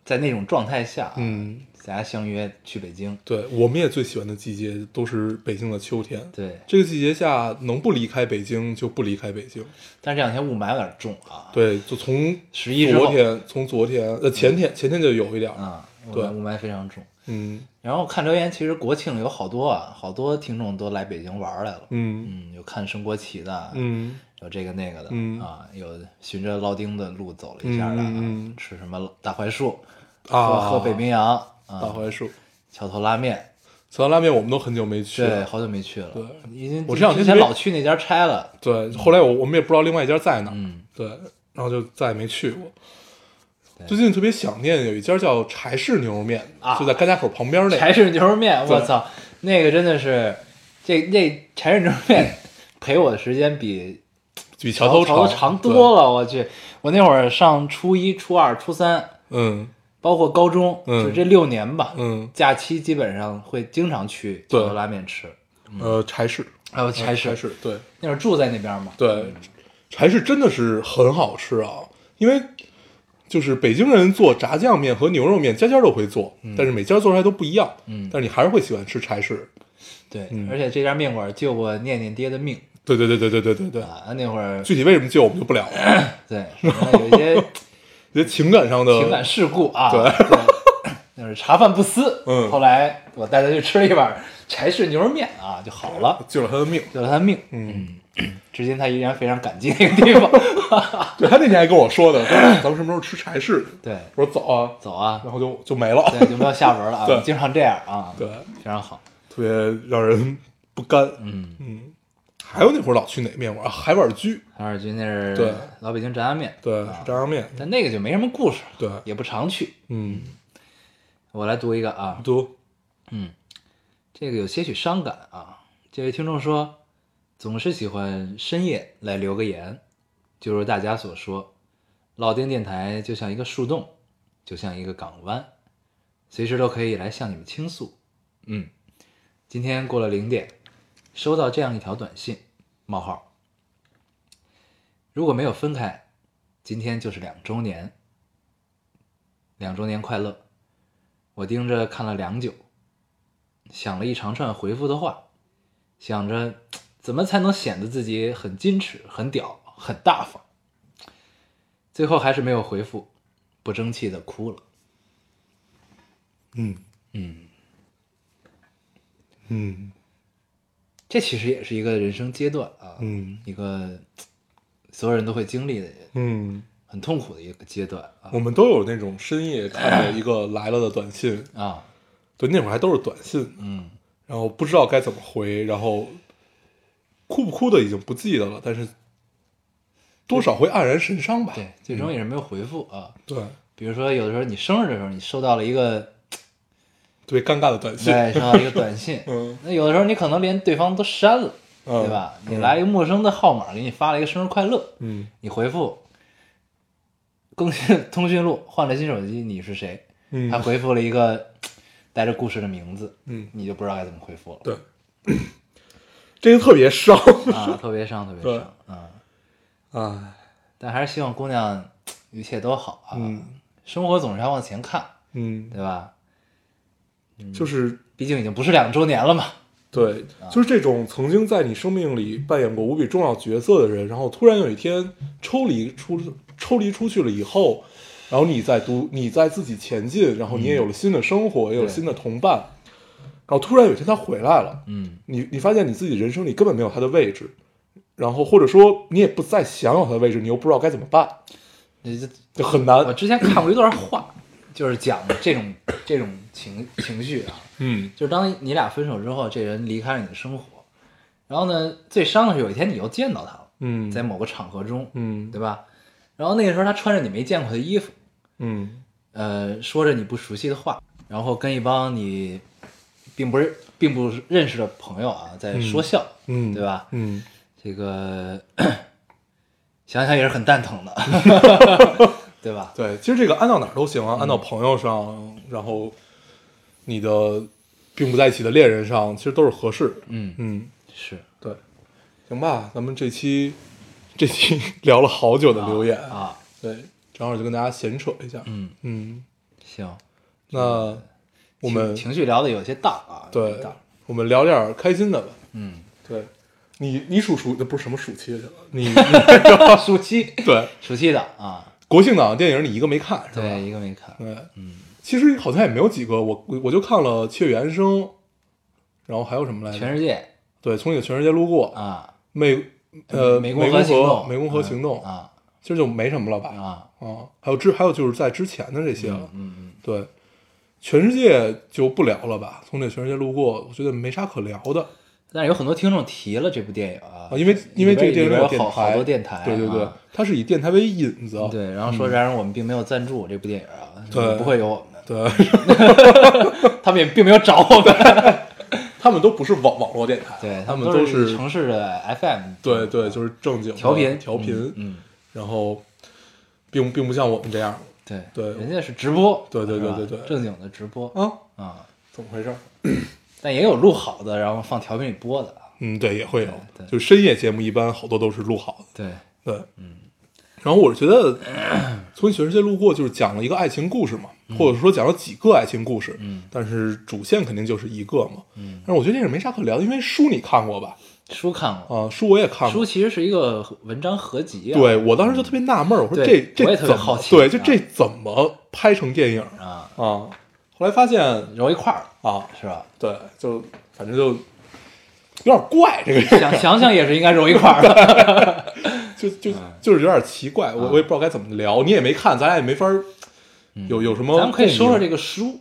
[SPEAKER 1] 在那种状态下，，
[SPEAKER 2] 嗯，
[SPEAKER 1] 大家相约去北京，
[SPEAKER 2] 对，我们也最喜欢的季节都是北京的秋天。
[SPEAKER 1] 对，
[SPEAKER 2] 这个季节下，能不离开北京就不离开北京。
[SPEAKER 1] 但是这两天雾霾有点重啊，
[SPEAKER 2] 对，就从
[SPEAKER 1] 11
[SPEAKER 2] 昨
[SPEAKER 1] 之
[SPEAKER 2] 天，从昨天，呃，前天，前天就有一点儿。
[SPEAKER 1] 嗯啊，雾
[SPEAKER 2] 对
[SPEAKER 1] 霾雾霾非常重。
[SPEAKER 2] 嗯
[SPEAKER 1] 然后看留言，其实国庆有好多啊，好多听众都来北京玩儿来了，
[SPEAKER 2] 嗯
[SPEAKER 1] 嗯，有看升国旗的，
[SPEAKER 2] 嗯
[SPEAKER 1] 有这个那个的，
[SPEAKER 2] 嗯
[SPEAKER 1] 啊，有循着老丁的路走了一下的，啊
[SPEAKER 2] 嗯嗯嗯
[SPEAKER 1] 吃什么大槐树，
[SPEAKER 2] 啊，
[SPEAKER 1] 喝喝北冰洋，
[SPEAKER 2] 大
[SPEAKER 1] 啊，
[SPEAKER 2] 槐树，
[SPEAKER 1] 桥头拉面，
[SPEAKER 2] 桥头拉面我们都很久没去
[SPEAKER 1] 对，
[SPEAKER 2] 了。
[SPEAKER 1] 好久没去了，
[SPEAKER 2] 对
[SPEAKER 1] 已经
[SPEAKER 2] 我这两天
[SPEAKER 1] 之前
[SPEAKER 2] 没
[SPEAKER 1] 老去那家拆了，
[SPEAKER 2] 对，后来我我们也不知道另外一家在哪儿。
[SPEAKER 1] 嗯，
[SPEAKER 2] 对，然后就再也没去过。
[SPEAKER 1] 对
[SPEAKER 2] 最近特别想念有一家叫柴氏牛肉面，
[SPEAKER 1] 啊
[SPEAKER 2] 就在甘家口旁边那个。
[SPEAKER 1] 柴氏牛肉面，
[SPEAKER 2] 对
[SPEAKER 1] 我操，那个真的是，这那柴氏牛肉 面陪我的时间比
[SPEAKER 2] 比桥头
[SPEAKER 1] 头
[SPEAKER 2] 长
[SPEAKER 1] 长
[SPEAKER 2] 对
[SPEAKER 1] 多了，我去，我那会儿上初一、初二、初三，
[SPEAKER 2] 嗯
[SPEAKER 1] 包括高中，
[SPEAKER 2] 嗯
[SPEAKER 1] 就这六年吧，
[SPEAKER 2] 嗯，
[SPEAKER 1] 假期基本上会经常去桥
[SPEAKER 2] 对
[SPEAKER 1] 头拉面吃，
[SPEAKER 2] 呃，柴氏，呃
[SPEAKER 1] 还有嗯柴氏嗯
[SPEAKER 2] 柴，氏，对
[SPEAKER 1] 那会儿住在那边嘛，
[SPEAKER 2] 对，柴氏真的是很好吃啊，因为就是北京人做炸酱面和牛肉面，家家都会做，但是每家做出来都不一样，
[SPEAKER 1] 嗯
[SPEAKER 2] 但是你还是会喜欢吃柴氏。
[SPEAKER 1] 对，
[SPEAKER 2] 嗯
[SPEAKER 1] 而且这家面馆救过念念爹的命
[SPEAKER 2] 对对对对对对对对，
[SPEAKER 1] 啊，那会儿
[SPEAKER 2] 具体为什么救我们就不聊了，
[SPEAKER 1] 对，什么有一些
[SPEAKER 2] 因为情感上的
[SPEAKER 1] 情感事故啊，
[SPEAKER 2] 对
[SPEAKER 1] 对，那是茶饭不思。
[SPEAKER 2] 嗯
[SPEAKER 1] 后来我带他去吃了一碗柴氏牛肉面啊，就好了，
[SPEAKER 2] 救了他的命。
[SPEAKER 1] 救了他命。
[SPEAKER 2] 嗯，
[SPEAKER 1] 至今他依然非常感激那个地 方。
[SPEAKER 2] 对他那天还跟我说的，咱们什么时候吃柴氏？
[SPEAKER 1] 对，
[SPEAKER 2] 我说走啊，
[SPEAKER 1] 走啊，
[SPEAKER 2] 然后就就没了。
[SPEAKER 1] 对，就没有下文了啊，
[SPEAKER 2] 对
[SPEAKER 1] 经常这样啊，
[SPEAKER 2] 对，
[SPEAKER 1] 非常好。
[SPEAKER 2] 特别让人不甘。
[SPEAKER 1] 嗯，
[SPEAKER 2] 嗯，还有那会儿老去哪面馆啊？海碗居，
[SPEAKER 1] 海尔居那是
[SPEAKER 2] 对
[SPEAKER 1] 老北京炸酱面，
[SPEAKER 2] 对，
[SPEAKER 1] 啊
[SPEAKER 2] 是炸酱面，
[SPEAKER 1] 但那个就没什么故事了，
[SPEAKER 2] 对
[SPEAKER 1] 也不常去。
[SPEAKER 2] 嗯，
[SPEAKER 1] 我来读一个啊，
[SPEAKER 2] 都，
[SPEAKER 1] 这个有些许伤感啊。这位听众说，总是喜欢深夜来留个言，就如大家所说，老丁电台就像一个树洞，就像一个港湾，随时都可以来向你们倾诉。嗯，今天过了零点，收到这样一条短信：冒号。如果没有分开，今天就是两周年。两周年快乐！我盯着看了良久，想了一长串回复的话，想着怎么才能显得自己很矜持、很屌、很大方。最后还是没有回复，不争气的哭了。
[SPEAKER 2] 嗯嗯
[SPEAKER 1] 这其实也是一个人生阶段啊，
[SPEAKER 2] 嗯
[SPEAKER 1] 一个所有人都会经历的
[SPEAKER 2] 嗯，
[SPEAKER 1] 很痛苦的一个阶段啊
[SPEAKER 2] 我们都有那种深夜看到一个来了的 短信，
[SPEAKER 1] 啊，
[SPEAKER 2] 对，那会儿还都是短信，
[SPEAKER 1] 嗯
[SPEAKER 2] 然后不知道该怎么回，然后哭不哭的已经不记得了，但是多少会黯然神伤吧。
[SPEAKER 1] 对，最终也是没有回复啊。
[SPEAKER 2] 对，
[SPEAKER 1] 比如说，有的时候你生日的时候，你收到了一个
[SPEAKER 2] 特别尴尬的短信，，
[SPEAKER 1] 对，收到一个短信
[SPEAKER 2] 嗯
[SPEAKER 1] 那有的时候你可能连对方都删了，
[SPEAKER 2] 嗯
[SPEAKER 1] 对吧？你来一个陌生的号码给你发了一个生日快乐，
[SPEAKER 2] 嗯
[SPEAKER 1] 你回复更新通讯录换了新手机，你是谁？
[SPEAKER 2] 嗯
[SPEAKER 1] 他回复了一个带着故事的名字，
[SPEAKER 2] 嗯，
[SPEAKER 1] 你就不知道该怎么回复了。
[SPEAKER 2] 对， 这个特别 伤，
[SPEAKER 1] 啊，特别伤，特别
[SPEAKER 2] 对
[SPEAKER 1] 伤啊！
[SPEAKER 2] 哎，
[SPEAKER 1] 但还是希望姑娘一切都好啊。
[SPEAKER 2] 嗯
[SPEAKER 1] 生活总是要往前看，
[SPEAKER 2] 嗯，
[SPEAKER 1] 对吧？嗯
[SPEAKER 2] 就是
[SPEAKER 1] 毕竟已经不是两周年了嘛。
[SPEAKER 2] 对，
[SPEAKER 1] 啊
[SPEAKER 2] 就是这种曾经在你生命里扮演过无比重要角色的人，然后突然有一天抽离出抽离出去了以后，然后你在独你在自己前进，然后你也有了新的生活，也有
[SPEAKER 1] 嗯对
[SPEAKER 2] 新的同伴，然后突然有一天他回来了，
[SPEAKER 1] 嗯，
[SPEAKER 2] 你你发现你自己人生里根本没有他的位置，然后或者说你也不再想有他的位置，你又不知道该怎么办，
[SPEAKER 1] 你这
[SPEAKER 2] 就很
[SPEAKER 1] 我
[SPEAKER 2] 难。
[SPEAKER 1] 之前看过一段话，就是讲这种这种情情绪啊，
[SPEAKER 2] 嗯
[SPEAKER 1] 就是当你俩分手之后，这人离开了你的生活，然后呢，最伤的是有一天你又见到他了，
[SPEAKER 2] 嗯
[SPEAKER 1] 在某个场合中，
[SPEAKER 2] 嗯
[SPEAKER 1] 对吧？然后那个时候他穿着你没见过的衣服，
[SPEAKER 2] 嗯
[SPEAKER 1] 呃，说着你不熟悉的话，然后跟一帮你并不是并不认识的朋友啊，在说笑，
[SPEAKER 2] 嗯，
[SPEAKER 1] 对？吧？
[SPEAKER 2] 嗯
[SPEAKER 1] 这个想想也是很蛋疼的，对吧？
[SPEAKER 2] 对，其实这个安到哪儿都行啊，
[SPEAKER 1] 嗯
[SPEAKER 2] 安到朋友上，然后你的并不在一起的恋人上，其实都是合适。
[SPEAKER 1] 嗯，
[SPEAKER 2] 嗯，
[SPEAKER 1] 是
[SPEAKER 2] 对，行吧，咱们这期这期 聊了好久的留言，
[SPEAKER 1] 啊，
[SPEAKER 2] 对，正好就跟大家闲扯一下。
[SPEAKER 1] 嗯，
[SPEAKER 2] 嗯，
[SPEAKER 1] 行，
[SPEAKER 2] 那我们
[SPEAKER 1] 情情绪聊的有些大啊，有些
[SPEAKER 2] 对
[SPEAKER 1] 大，
[SPEAKER 2] 我们聊点儿开心的吧。
[SPEAKER 1] 嗯，
[SPEAKER 2] 对，你你暑暑那不是什么暑期去了， 你
[SPEAKER 1] 暑期
[SPEAKER 2] 对
[SPEAKER 1] 暑期档啊，
[SPEAKER 2] 国庆档的电影你一个没看是吧？
[SPEAKER 1] 对，一个没看，
[SPEAKER 2] 对，嗯，其实好像也没有几个，我我我就看了《七月与安生》，然后还有什么来着？
[SPEAKER 1] 全世界
[SPEAKER 2] 对，从你的全世界路过，
[SPEAKER 1] 啊，
[SPEAKER 2] 湄呃
[SPEAKER 1] 湄
[SPEAKER 2] 湄
[SPEAKER 1] 河
[SPEAKER 2] 公
[SPEAKER 1] 行
[SPEAKER 2] 河
[SPEAKER 1] 动，
[SPEAKER 2] 湄公河行动，
[SPEAKER 1] 啊
[SPEAKER 2] 其实就没什么了吧？啊，
[SPEAKER 1] 啊，
[SPEAKER 2] 还有之还有就是在之前的这些了，
[SPEAKER 1] 嗯嗯，
[SPEAKER 2] 对，全世界就不聊了吧。从你的全世界路过，我觉得没啥可聊的
[SPEAKER 1] 但是有很多听众提了这部电影啊
[SPEAKER 2] 啊，，因为因为这个电
[SPEAKER 1] 里
[SPEAKER 2] 影
[SPEAKER 1] 边
[SPEAKER 2] 有
[SPEAKER 1] 有
[SPEAKER 2] 电
[SPEAKER 1] 好好
[SPEAKER 2] 台，
[SPEAKER 1] 多电台，
[SPEAKER 2] 对对对
[SPEAKER 1] 啊，
[SPEAKER 2] 它是以电台为引子，
[SPEAKER 1] 对，然后说然而我们并没有赞助这部电影啊，
[SPEAKER 2] 对
[SPEAKER 1] 不会有我们，
[SPEAKER 2] 对，
[SPEAKER 1] 他们也并没有找我们，
[SPEAKER 2] 他们都不是网网络电台，
[SPEAKER 1] 对
[SPEAKER 2] 他
[SPEAKER 1] 们
[SPEAKER 2] 都
[SPEAKER 1] 是城市的 FM，
[SPEAKER 2] 对对，就是正经的
[SPEAKER 1] 调频
[SPEAKER 2] 调频，
[SPEAKER 1] 嗯，
[SPEAKER 2] 然后并并不像我们这样
[SPEAKER 1] 对
[SPEAKER 2] 对
[SPEAKER 1] 人家是直播，
[SPEAKER 2] 对对对
[SPEAKER 1] 是吧
[SPEAKER 2] 对对对
[SPEAKER 1] 正经的直播
[SPEAKER 2] 啊，
[SPEAKER 1] 啊，
[SPEAKER 2] 怎么回事？
[SPEAKER 1] 但也有录好的，然后放调频里播的啊，
[SPEAKER 2] 嗯，对，也会有，
[SPEAKER 1] 对对
[SPEAKER 2] 就深夜节目一般好多都是录好的，
[SPEAKER 1] 对，
[SPEAKER 2] 对，嗯。然后我是觉得 从全世界路过就是讲了一个爱情故事嘛，
[SPEAKER 1] 嗯
[SPEAKER 2] 或者说讲了几个爱情故事，嗯，但是主线肯定就是一个嘛，嗯。但是我觉得这个没啥可聊的，因为书你看过吧？
[SPEAKER 1] 书看过，
[SPEAKER 2] 啊，书我也看过
[SPEAKER 1] 书。其实是一个文章合集啊，
[SPEAKER 2] 对，我当时就特别纳闷儿，我说这
[SPEAKER 1] 对
[SPEAKER 2] 这
[SPEAKER 1] 我也特
[SPEAKER 2] 怎
[SPEAKER 1] 别
[SPEAKER 2] 么
[SPEAKER 1] 好奇
[SPEAKER 2] 对，就
[SPEAKER 1] 啊
[SPEAKER 2] 这怎么拍成电影啊？
[SPEAKER 1] 啊，
[SPEAKER 2] 后来发现
[SPEAKER 1] 揉一块儿
[SPEAKER 2] 啊，
[SPEAKER 1] 是吧？
[SPEAKER 2] 对，就反正就有点怪，这个人
[SPEAKER 1] 想想想也是应该揉一块儿的，
[SPEAKER 2] 就就
[SPEAKER 1] 嗯
[SPEAKER 2] 就是有点奇怪，我我也不知道该怎么聊，你也没看，咱俩也没法儿有有什么共
[SPEAKER 1] 嗯咱
[SPEAKER 2] 鸣，
[SPEAKER 1] 们可以说说这个书，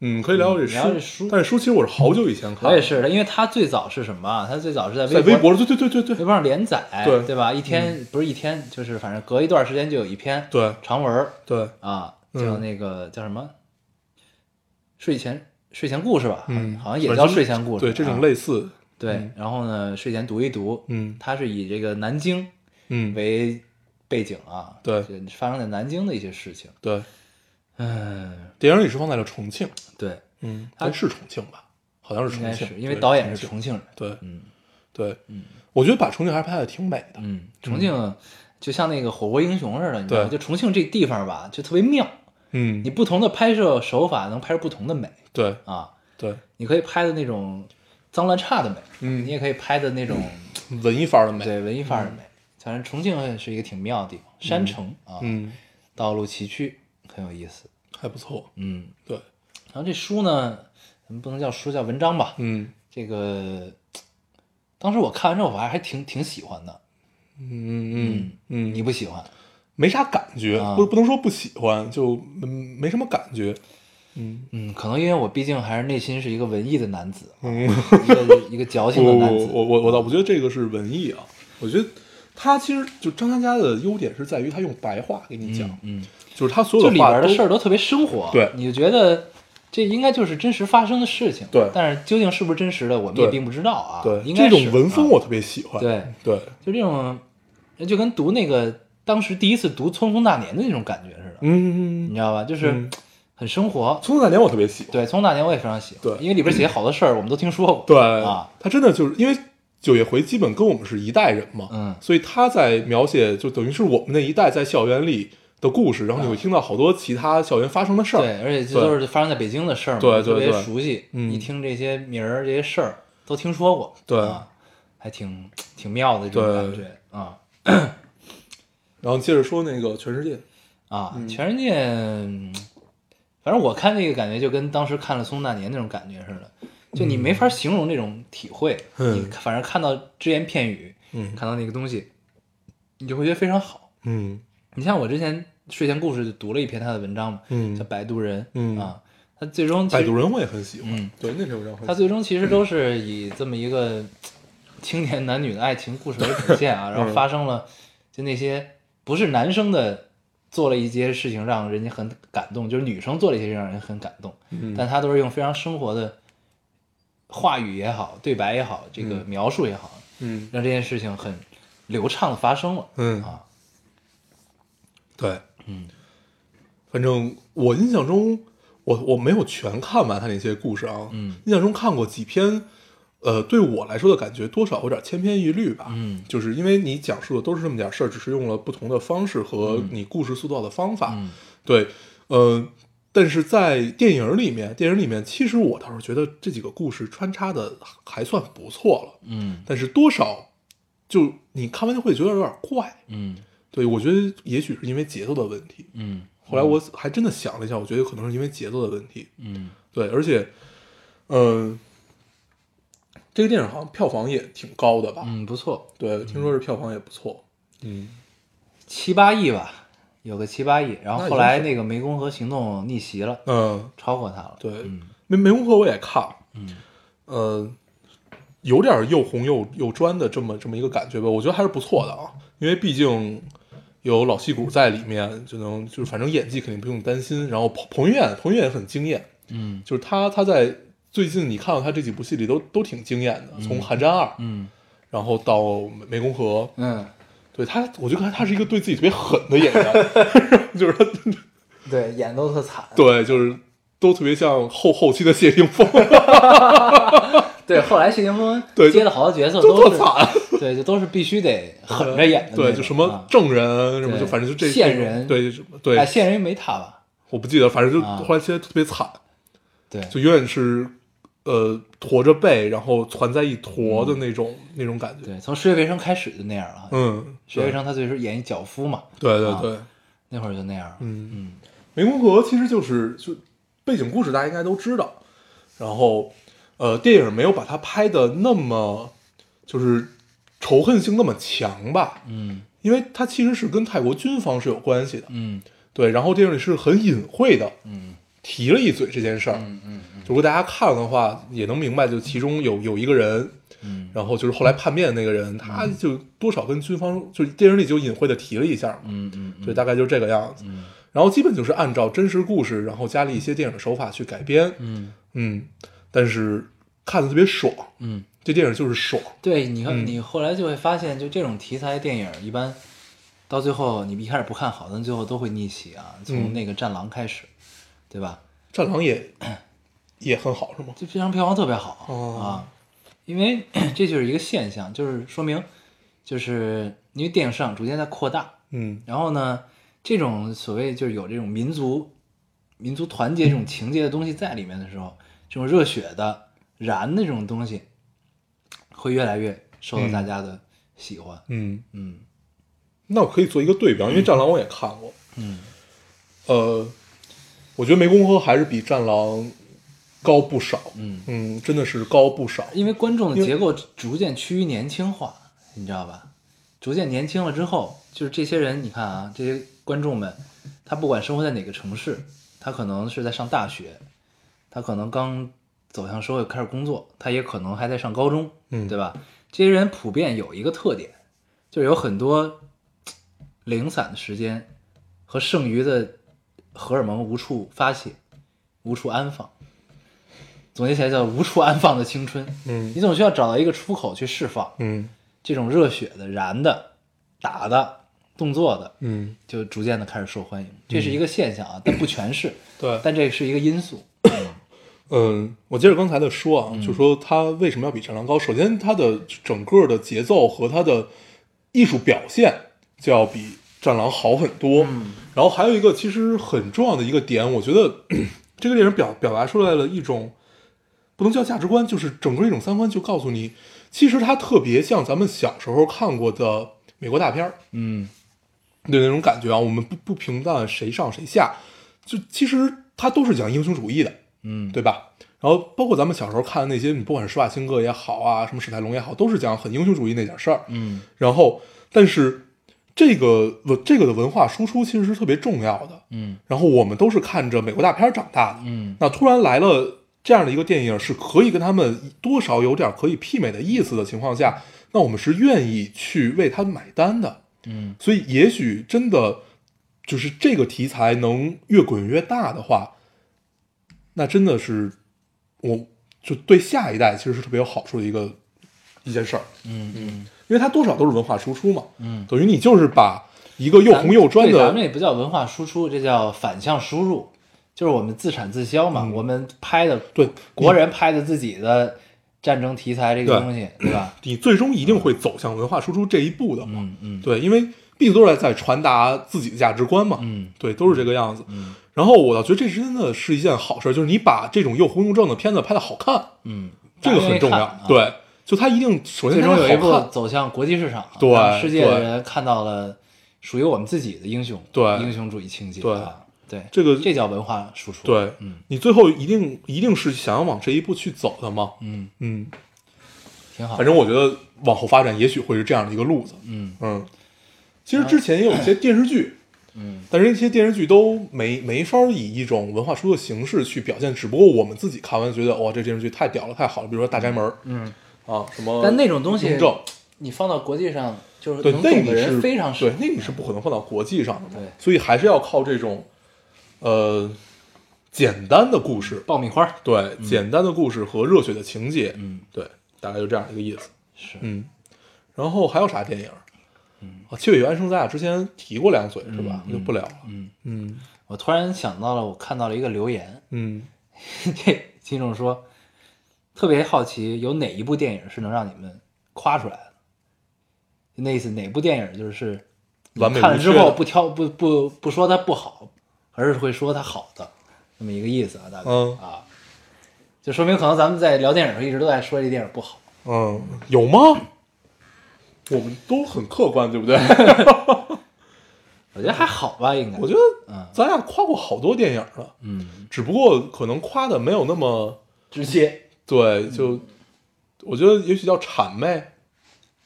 [SPEAKER 2] 嗯，可以聊聊这
[SPEAKER 1] 嗯聊这
[SPEAKER 2] 书
[SPEAKER 1] 书，
[SPEAKER 2] 但是书其实我是好久以前看，
[SPEAKER 1] 我也，是的，因为它最早是什么啊？它最早是在
[SPEAKER 2] 在
[SPEAKER 1] 微
[SPEAKER 2] 微博，对对对对
[SPEAKER 1] 微
[SPEAKER 2] 对
[SPEAKER 1] 博上连载，
[SPEAKER 2] 对嗯
[SPEAKER 1] 吧？一天、不是一天，就是反正隔一段时间就有一篇
[SPEAKER 2] 对
[SPEAKER 1] 长文儿
[SPEAKER 2] 对，
[SPEAKER 1] 啊，
[SPEAKER 2] 嗯
[SPEAKER 1] 叫那个、叫什么？睡前睡前故事吧，
[SPEAKER 2] 嗯，
[SPEAKER 1] 好像也
[SPEAKER 2] 反
[SPEAKER 1] 叫
[SPEAKER 2] 正
[SPEAKER 1] 睡前故事，
[SPEAKER 2] 对这种
[SPEAKER 1] 啊
[SPEAKER 2] 类似，
[SPEAKER 1] 对。然后呢，睡前读一读，
[SPEAKER 2] 嗯
[SPEAKER 1] 它是以这个南京
[SPEAKER 2] 嗯
[SPEAKER 1] 为背景啊，
[SPEAKER 2] 对
[SPEAKER 1] 就发生在南京的一些事情。
[SPEAKER 2] 对，
[SPEAKER 1] 嗯，
[SPEAKER 2] 电影里是放在了重庆，
[SPEAKER 1] 对，
[SPEAKER 2] 嗯，
[SPEAKER 1] 它
[SPEAKER 2] 哎是重庆吧？好像是
[SPEAKER 1] 应
[SPEAKER 2] 重
[SPEAKER 1] 该
[SPEAKER 2] 庆，
[SPEAKER 1] 是因为
[SPEAKER 2] 对
[SPEAKER 1] 导演是
[SPEAKER 2] 重
[SPEAKER 1] 重庆人。
[SPEAKER 2] 庆，对
[SPEAKER 1] 嗯
[SPEAKER 2] 对，
[SPEAKER 1] 嗯
[SPEAKER 2] 我觉得把重庆还是拍的挺美的，
[SPEAKER 1] 嗯，重庆就像那个火锅英雄似的，你知道吗？就
[SPEAKER 2] 对
[SPEAKER 1] 重庆这地方吧，就特别妙，
[SPEAKER 2] 嗯
[SPEAKER 1] 你，不同的拍摄手法能拍出不同的美
[SPEAKER 2] 对
[SPEAKER 1] 啊。
[SPEAKER 2] 对，
[SPEAKER 1] 你可以拍的那种脏乱差的美，
[SPEAKER 2] 嗯
[SPEAKER 1] 你也可以拍的那种
[SPEAKER 2] 文艺范儿的嗯美，嗯
[SPEAKER 1] 对文艺范儿的美。反正重庆是一个挺妙的地方，山城啊，
[SPEAKER 2] 嗯，
[SPEAKER 1] 道路崎岖，很有意思。
[SPEAKER 2] 还不错，
[SPEAKER 1] 嗯，
[SPEAKER 2] 对，
[SPEAKER 1] 然后这书呢，咱们不能叫书，叫文章吧。
[SPEAKER 2] 嗯
[SPEAKER 1] 这个当时我看完之后，我还还挺挺喜欢的。
[SPEAKER 2] 嗯嗯嗯，
[SPEAKER 1] 你不喜欢？
[SPEAKER 2] 没啥感觉，
[SPEAKER 1] 啊
[SPEAKER 2] 不不能说不喜欢，就嗯没什么感觉。
[SPEAKER 1] 嗯，可能因为我毕竟还是内心是一个文艺的男 子，
[SPEAKER 2] 嗯，
[SPEAKER 1] 一个一个矫
[SPEAKER 2] 不
[SPEAKER 1] 情的
[SPEAKER 2] 不
[SPEAKER 1] 男子
[SPEAKER 2] 不，。我我我倒不觉得这个是文艺啊，我觉得他其实就张嘉佳的优点是在于他用白话给你讲，
[SPEAKER 1] 嗯，
[SPEAKER 2] 就是他所有
[SPEAKER 1] 就
[SPEAKER 2] 的
[SPEAKER 1] 里
[SPEAKER 2] 话
[SPEAKER 1] 边的
[SPEAKER 2] 都
[SPEAKER 1] 事儿都特别生活，
[SPEAKER 2] 对
[SPEAKER 1] 你就觉得这应该就是真实发生的事情，
[SPEAKER 2] 对
[SPEAKER 1] 但是究竟是不是真实的，我们也
[SPEAKER 2] 对
[SPEAKER 1] 并不知道啊。
[SPEAKER 2] 对
[SPEAKER 1] 应该
[SPEAKER 2] 这
[SPEAKER 1] 是
[SPEAKER 2] 种文风
[SPEAKER 1] 啊
[SPEAKER 2] 我特别喜欢。
[SPEAKER 1] 对
[SPEAKER 2] 对，
[SPEAKER 1] 就这种，就跟读那个当时第一次读《匆匆那年》的那种感觉似的，
[SPEAKER 2] 嗯，
[SPEAKER 1] 你
[SPEAKER 2] 《
[SPEAKER 1] 知道吧？就是
[SPEAKER 2] 嗯
[SPEAKER 1] 很生活。
[SPEAKER 2] 匆匆那年》我特别喜欢。
[SPEAKER 1] 对，《匆匆那年》我也非常喜欢，
[SPEAKER 2] 对
[SPEAKER 1] 因为里边写好多事儿我们都听说过，
[SPEAKER 2] 对
[SPEAKER 1] 啊，
[SPEAKER 2] 他真的就是因为九月回基本跟我们是一代人嘛，
[SPEAKER 1] 嗯
[SPEAKER 2] 所以他在描写就等于是我们那一代在校园里的故事，然后你会听到好多其他校园发生的事儿。
[SPEAKER 1] 对，而且这都是发生在北京的事儿嘛，
[SPEAKER 2] 对对
[SPEAKER 1] 特别
[SPEAKER 2] 对
[SPEAKER 1] 熟悉。
[SPEAKER 2] 嗯
[SPEAKER 1] 一听这些名儿、这些事儿都听说过，
[SPEAKER 2] 对
[SPEAKER 1] 啊，还挺挺妙的这种
[SPEAKER 2] 对
[SPEAKER 1] 感觉啊
[SPEAKER 2] 然后接着说那个全世界，
[SPEAKER 1] 啊！全世界，嗯反正我看这个感觉就跟当时看了《松那年》那种感觉似的，就你没法形容这种体会，
[SPEAKER 2] 嗯
[SPEAKER 1] 你反正看到只言片语，
[SPEAKER 2] 嗯
[SPEAKER 1] 看到那个东西，你就会觉得非常好。
[SPEAKER 2] 嗯
[SPEAKER 1] 你像我之前睡前故事就读了一篇他的文章嘛，叫《
[SPEAKER 2] 嗯，
[SPEAKER 1] 摆渡人》
[SPEAKER 2] 嗯
[SPEAKER 1] 啊，他最终其
[SPEAKER 2] 摆
[SPEAKER 1] 实
[SPEAKER 2] 渡人我也很喜欢，
[SPEAKER 1] 嗯
[SPEAKER 2] 对那篇文章很
[SPEAKER 1] 他
[SPEAKER 2] 喜欢。
[SPEAKER 1] 最终其实都是以这么一个青年男女的爱情故事为主线 啊，然
[SPEAKER 2] 嗯
[SPEAKER 1] 后发生了就那些不是男生的做了一些事情让人家很感动，就是女生做了一些让人很感动，
[SPEAKER 2] 嗯
[SPEAKER 1] 但他都是用非常生活的话语也好、对白也好、这个
[SPEAKER 2] 嗯
[SPEAKER 1] 描述也好，
[SPEAKER 2] 嗯
[SPEAKER 1] 让这件事情很流畅的发生了
[SPEAKER 2] 嗯
[SPEAKER 1] 啊。
[SPEAKER 2] 对
[SPEAKER 1] 嗯，
[SPEAKER 2] 反正我印象中，我我没有全看完他那些故事啊，
[SPEAKER 1] 嗯
[SPEAKER 2] 印象中看过几篇，呃，对我来说的感觉多少有点千篇一律吧，
[SPEAKER 1] 嗯
[SPEAKER 2] 就是因为你讲述的都是这么点事儿，只是用了不同的方式和你故事塑造的方法，
[SPEAKER 1] 嗯
[SPEAKER 2] 对，呃，但是在电影里面，电影里面其实我倒是觉得这几个故事穿插的还算不错了，
[SPEAKER 1] 嗯
[SPEAKER 2] 但是多少就你看完就会觉得有点怪，
[SPEAKER 1] 嗯
[SPEAKER 2] 对我觉得也许是因为节奏的问题，
[SPEAKER 1] 嗯
[SPEAKER 2] 后来我还真的想了一下，我觉得可能是因为节奏的问题。
[SPEAKER 1] 嗯
[SPEAKER 2] 对，而且，嗯、这个电影好像票房也挺高的吧？
[SPEAKER 1] 嗯，不错，
[SPEAKER 2] 对，听说是票房也不错。嗯，
[SPEAKER 1] 七八亿吧，有个七八亿。然后
[SPEAKER 2] 那已
[SPEAKER 1] 后
[SPEAKER 2] 经
[SPEAKER 1] 来
[SPEAKER 2] 是
[SPEAKER 1] 那个湄公河行动逆袭了，
[SPEAKER 2] 嗯，
[SPEAKER 1] 超过他了。
[SPEAKER 2] 对，
[SPEAKER 1] 嗯
[SPEAKER 2] 湄湄公河我也看了，
[SPEAKER 1] 嗯
[SPEAKER 2] 呃，有点又红又又专的这么这么一个感觉吧，我觉得还是不错的啊，因为毕竟有老戏骨在里面，就能就是反正演技肯定不用担心。然后彭彭于晏，彭于晏也很惊艳，
[SPEAKER 1] 嗯
[SPEAKER 2] 就是他他在最近你看到他这几部戏里都都挺惊艳的，从《寒战二》
[SPEAKER 1] 嗯
[SPEAKER 2] 然后到《湄公河》，
[SPEAKER 1] 嗯，
[SPEAKER 2] 对他，我就看他是一个对自己特别狠的演员，就是他
[SPEAKER 1] 对，演都特惨。
[SPEAKER 2] 对就是都特别像后后期的谢霆锋，
[SPEAKER 1] 对，后来谢霆锋
[SPEAKER 2] 对
[SPEAKER 1] 接了好多角色
[SPEAKER 2] 都
[SPEAKER 1] 都
[SPEAKER 2] 特
[SPEAKER 1] 是，
[SPEAKER 2] 惨。
[SPEAKER 1] 对，就都是必须得狠着演的那种。
[SPEAKER 2] 呃对，就什么
[SPEAKER 1] 啊
[SPEAKER 2] 证人什么，
[SPEAKER 1] 对
[SPEAKER 2] 就反正就这
[SPEAKER 1] 线人
[SPEAKER 2] 这种对什么
[SPEAKER 1] 哎，
[SPEAKER 2] 对，
[SPEAKER 1] 现人没他吧？
[SPEAKER 2] 我不记得，反正就
[SPEAKER 1] 啊
[SPEAKER 2] 后来现在特别惨，
[SPEAKER 1] 对，
[SPEAKER 2] 就永远是呃驼着背，然后攒在一坨的那种那种感觉。
[SPEAKER 1] 嗯对，从《十月围城》开始就那样了。《
[SPEAKER 2] 嗯，
[SPEAKER 1] 十月
[SPEAKER 2] 对
[SPEAKER 1] 围城》他最初演一脚夫嘛，
[SPEAKER 2] 对
[SPEAKER 1] 啊
[SPEAKER 2] 对对，
[SPEAKER 1] 那会儿就那样了。
[SPEAKER 2] 嗯
[SPEAKER 1] 嗯
[SPEAKER 2] 湄公河其实就是就背景故事大家应该都知道，然后呃电影没有把它拍的那么就是仇恨性那么强吧，
[SPEAKER 1] 嗯
[SPEAKER 2] 因为它其实是跟泰国军方是有关系的，
[SPEAKER 1] 嗯
[SPEAKER 2] 对，然后电影里是很隐晦的
[SPEAKER 1] 嗯
[SPEAKER 2] 提了一嘴这件事儿，
[SPEAKER 1] 嗯嗯嗯
[SPEAKER 2] 如果大家看了的话也能明白，就其中有有一个人。
[SPEAKER 1] 嗯
[SPEAKER 2] 然后就是后来叛变的那个人，他就多少跟军方，就是电影里就隐晦的提了一下嘛，
[SPEAKER 1] 嗯嗯嗯，
[SPEAKER 2] 对，大概就是这个样子。
[SPEAKER 1] 嗯
[SPEAKER 2] 然后基本就是按照真实故事，然后加了一些电影的手法去改编，
[SPEAKER 1] 嗯
[SPEAKER 2] 嗯，但是看的特别爽，
[SPEAKER 1] 嗯。
[SPEAKER 2] 这电影就是爽，
[SPEAKER 1] 对，你看，
[SPEAKER 2] 嗯
[SPEAKER 1] 你后来就会发现，就这种题材的电影，一般到最后你一开始不看好，但最后都会逆袭啊。
[SPEAKER 2] 嗯
[SPEAKER 1] 从那个《战狼》开始，对吧？
[SPEAKER 2] 战狼 也也很好是吗？
[SPEAKER 1] 就非常票房特别好、
[SPEAKER 2] 哦
[SPEAKER 1] 啊，因为 这就是一个现象，就是说明，就是因为电影市场逐渐在扩大，
[SPEAKER 2] 嗯
[SPEAKER 1] 然后呢，这种所谓就是有这种民族民族团结这种情节的东西在里面的时候，这种热血的燃的这种东西，会越来越受到大家的喜欢。
[SPEAKER 2] 嗯，
[SPEAKER 1] 嗯
[SPEAKER 2] 那我可以做一个对比啊，因为战狼我也看过，
[SPEAKER 1] 嗯
[SPEAKER 2] 呃，我觉得湄公河还是比战狼高不少，
[SPEAKER 1] 嗯，
[SPEAKER 2] 嗯，真的是高不少，
[SPEAKER 1] 因为观众
[SPEAKER 2] 因
[SPEAKER 1] 的
[SPEAKER 2] 为
[SPEAKER 1] 结构逐渐趋于年轻化，你知道吧？逐渐年轻了之后，就是这些人，你看啊，这些观众们，他不管生活在哪个城市，他可能是在上大学，他可能刚走向社会开始工作，他也可能还在上高中，
[SPEAKER 2] 嗯
[SPEAKER 1] 对吧？这些人普遍有一个特点，就是有很多零散的时间和剩余的荷尔蒙无处发泄，无处安放。总结起来叫无处安放的青春。
[SPEAKER 2] 嗯
[SPEAKER 1] 你总需要找到一个出口去释放
[SPEAKER 2] 嗯
[SPEAKER 1] 这种热血的、燃的、打的、动作的，
[SPEAKER 2] 嗯，
[SPEAKER 1] 就逐渐的开始受欢迎。这是一个现象啊，但不全是，
[SPEAKER 2] 嗯对，
[SPEAKER 1] 但这是一个因素。
[SPEAKER 2] 嗯，我接着刚才的说
[SPEAKER 1] 嗯
[SPEAKER 2] 啊，就说它为什么要比《战狼》高？首先，它的整个的节奏和它的艺术表现就要比《战狼》好很多。
[SPEAKER 1] 嗯
[SPEAKER 2] 然后还有一个其实很重要的一个点，我觉得 这个电影表表达出来了一种不能叫价值观，就是整个一种三观，就告诉你，其实它特别像咱们小时候看过的美国大片儿。
[SPEAKER 1] 嗯
[SPEAKER 2] 的那种感觉啊，我们不不评判谁上谁下，就其实它都是讲英雄主义的，
[SPEAKER 1] 嗯，
[SPEAKER 2] 对吧？然后包括咱们小时候看的那些，你不管是施瓦辛格也好啊，什么史泰龙也好，都是讲很英雄主义那点事儿。
[SPEAKER 1] 嗯
[SPEAKER 2] 然后，但是这个文这个的文化输出其实是特别重要的。
[SPEAKER 1] 嗯
[SPEAKER 2] 然后我们都是看着美国大片儿长大的，
[SPEAKER 1] 嗯
[SPEAKER 2] 那突然来了这样的一个电影，是可以跟他们多少有点可以媲美的意思的情况下，那我们是愿意去为他买单的。
[SPEAKER 1] 嗯
[SPEAKER 2] 所以也许真的就是这个题材能越滚越大的话，那真的是我就对下一代其实是特别有好处的一个一件事儿，
[SPEAKER 1] 嗯嗯
[SPEAKER 2] 因为它多少都是文化输出嘛，
[SPEAKER 1] 嗯，
[SPEAKER 2] 等于你就是把一个又红又专
[SPEAKER 1] 对咱们
[SPEAKER 2] 的，
[SPEAKER 1] 也不叫文化输出，这叫反向输入，就是我们自产自销嘛。我们拍的
[SPEAKER 2] 嗯对
[SPEAKER 1] 国人拍的自己的战争题材这个
[SPEAKER 2] 对
[SPEAKER 1] 东西，对吧？
[SPEAKER 2] 你最终一定会走向文化输出这一步的嘛，
[SPEAKER 1] 嗯嗯
[SPEAKER 2] 对，因为毕竟都是在传达自己的价值观嘛，
[SPEAKER 1] 嗯
[SPEAKER 2] 对，都是这个样子。然后我倒觉得这真的是一件好事儿，就是你把这种又红又正的片子拍的好看，
[SPEAKER 1] 嗯，
[SPEAKER 2] 这个很重
[SPEAKER 1] 大
[SPEAKER 2] 要。
[SPEAKER 1] 家愿意看啊，
[SPEAKER 2] 对，就它一定首先
[SPEAKER 1] 最
[SPEAKER 2] 它
[SPEAKER 1] 终有一
[SPEAKER 2] 好
[SPEAKER 1] 部
[SPEAKER 2] 看，
[SPEAKER 1] 走向国际市场，
[SPEAKER 2] 对
[SPEAKER 1] 让世界的
[SPEAKER 2] 对
[SPEAKER 1] 人看到了属于我们自己的英雄，
[SPEAKER 2] 对
[SPEAKER 1] 英雄主义情节，
[SPEAKER 2] 对
[SPEAKER 1] 啊，对，
[SPEAKER 2] 这个
[SPEAKER 1] 这叫文化输出，
[SPEAKER 2] 对，
[SPEAKER 1] 嗯
[SPEAKER 2] 你最后一定一定是想要往这一步去走的嘛。
[SPEAKER 1] 嗯，
[SPEAKER 2] 嗯，
[SPEAKER 1] 挺好
[SPEAKER 2] 反，正我觉得往后发展也许会是这样的一个路子。
[SPEAKER 1] 嗯
[SPEAKER 2] 嗯，其实之前也有一些电视剧，
[SPEAKER 1] 嗯
[SPEAKER 2] 但是那些电视剧都没没法以一种文化书的形式去表现，只不过我们自己看完觉得哇，这电视剧太屌了，太好了。比如说《大宅门》
[SPEAKER 1] 嗯，
[SPEAKER 2] 啊，什么，
[SPEAKER 1] 但那种东西
[SPEAKER 2] 雍正，
[SPEAKER 1] 你放到国际上，就是
[SPEAKER 2] 对，
[SPEAKER 1] 能
[SPEAKER 2] 那
[SPEAKER 1] 懂
[SPEAKER 2] 你
[SPEAKER 1] 的
[SPEAKER 2] 是
[SPEAKER 1] 人非常少
[SPEAKER 2] 对，，那你是不可能放到国际上的嘛，
[SPEAKER 1] 对
[SPEAKER 2] 所以还是要靠这种，呃，简单的故事，
[SPEAKER 1] 爆米花
[SPEAKER 2] 对，简单的故事和热血的情节，
[SPEAKER 1] 嗯，
[SPEAKER 2] 对，大概就这样一个意思，
[SPEAKER 1] 是，
[SPEAKER 2] 嗯，然后还有啥电影？嗯，啊，《七月与安生》咱俩之前提过两嘴是吧？就不聊了，
[SPEAKER 1] 嗯，
[SPEAKER 2] 嗯
[SPEAKER 1] 我突然想到了，我看到了一个留言，
[SPEAKER 2] 嗯
[SPEAKER 1] 这听众说，特别好奇有哪一部电影是能让你们夸出来的，就那意思哪部电影就是你
[SPEAKER 2] 完美无缺的
[SPEAKER 1] 看了之后不挑不不不说它不好，而是会说它好的，那么一个意思啊，大概、
[SPEAKER 2] 嗯
[SPEAKER 1] 啊，就说明可能咱们在聊电影的时候一直都在说这电影不好，
[SPEAKER 2] 嗯，有吗？我们都很客观，对不对？
[SPEAKER 1] 我觉得还好吧，应该，
[SPEAKER 2] 我觉
[SPEAKER 1] 嗯
[SPEAKER 2] 得咱俩夸过好多电影了，
[SPEAKER 1] 嗯，
[SPEAKER 2] 只不过可能夸的没有那么。
[SPEAKER 1] 直接
[SPEAKER 2] 对，就我觉得也许叫谄媚，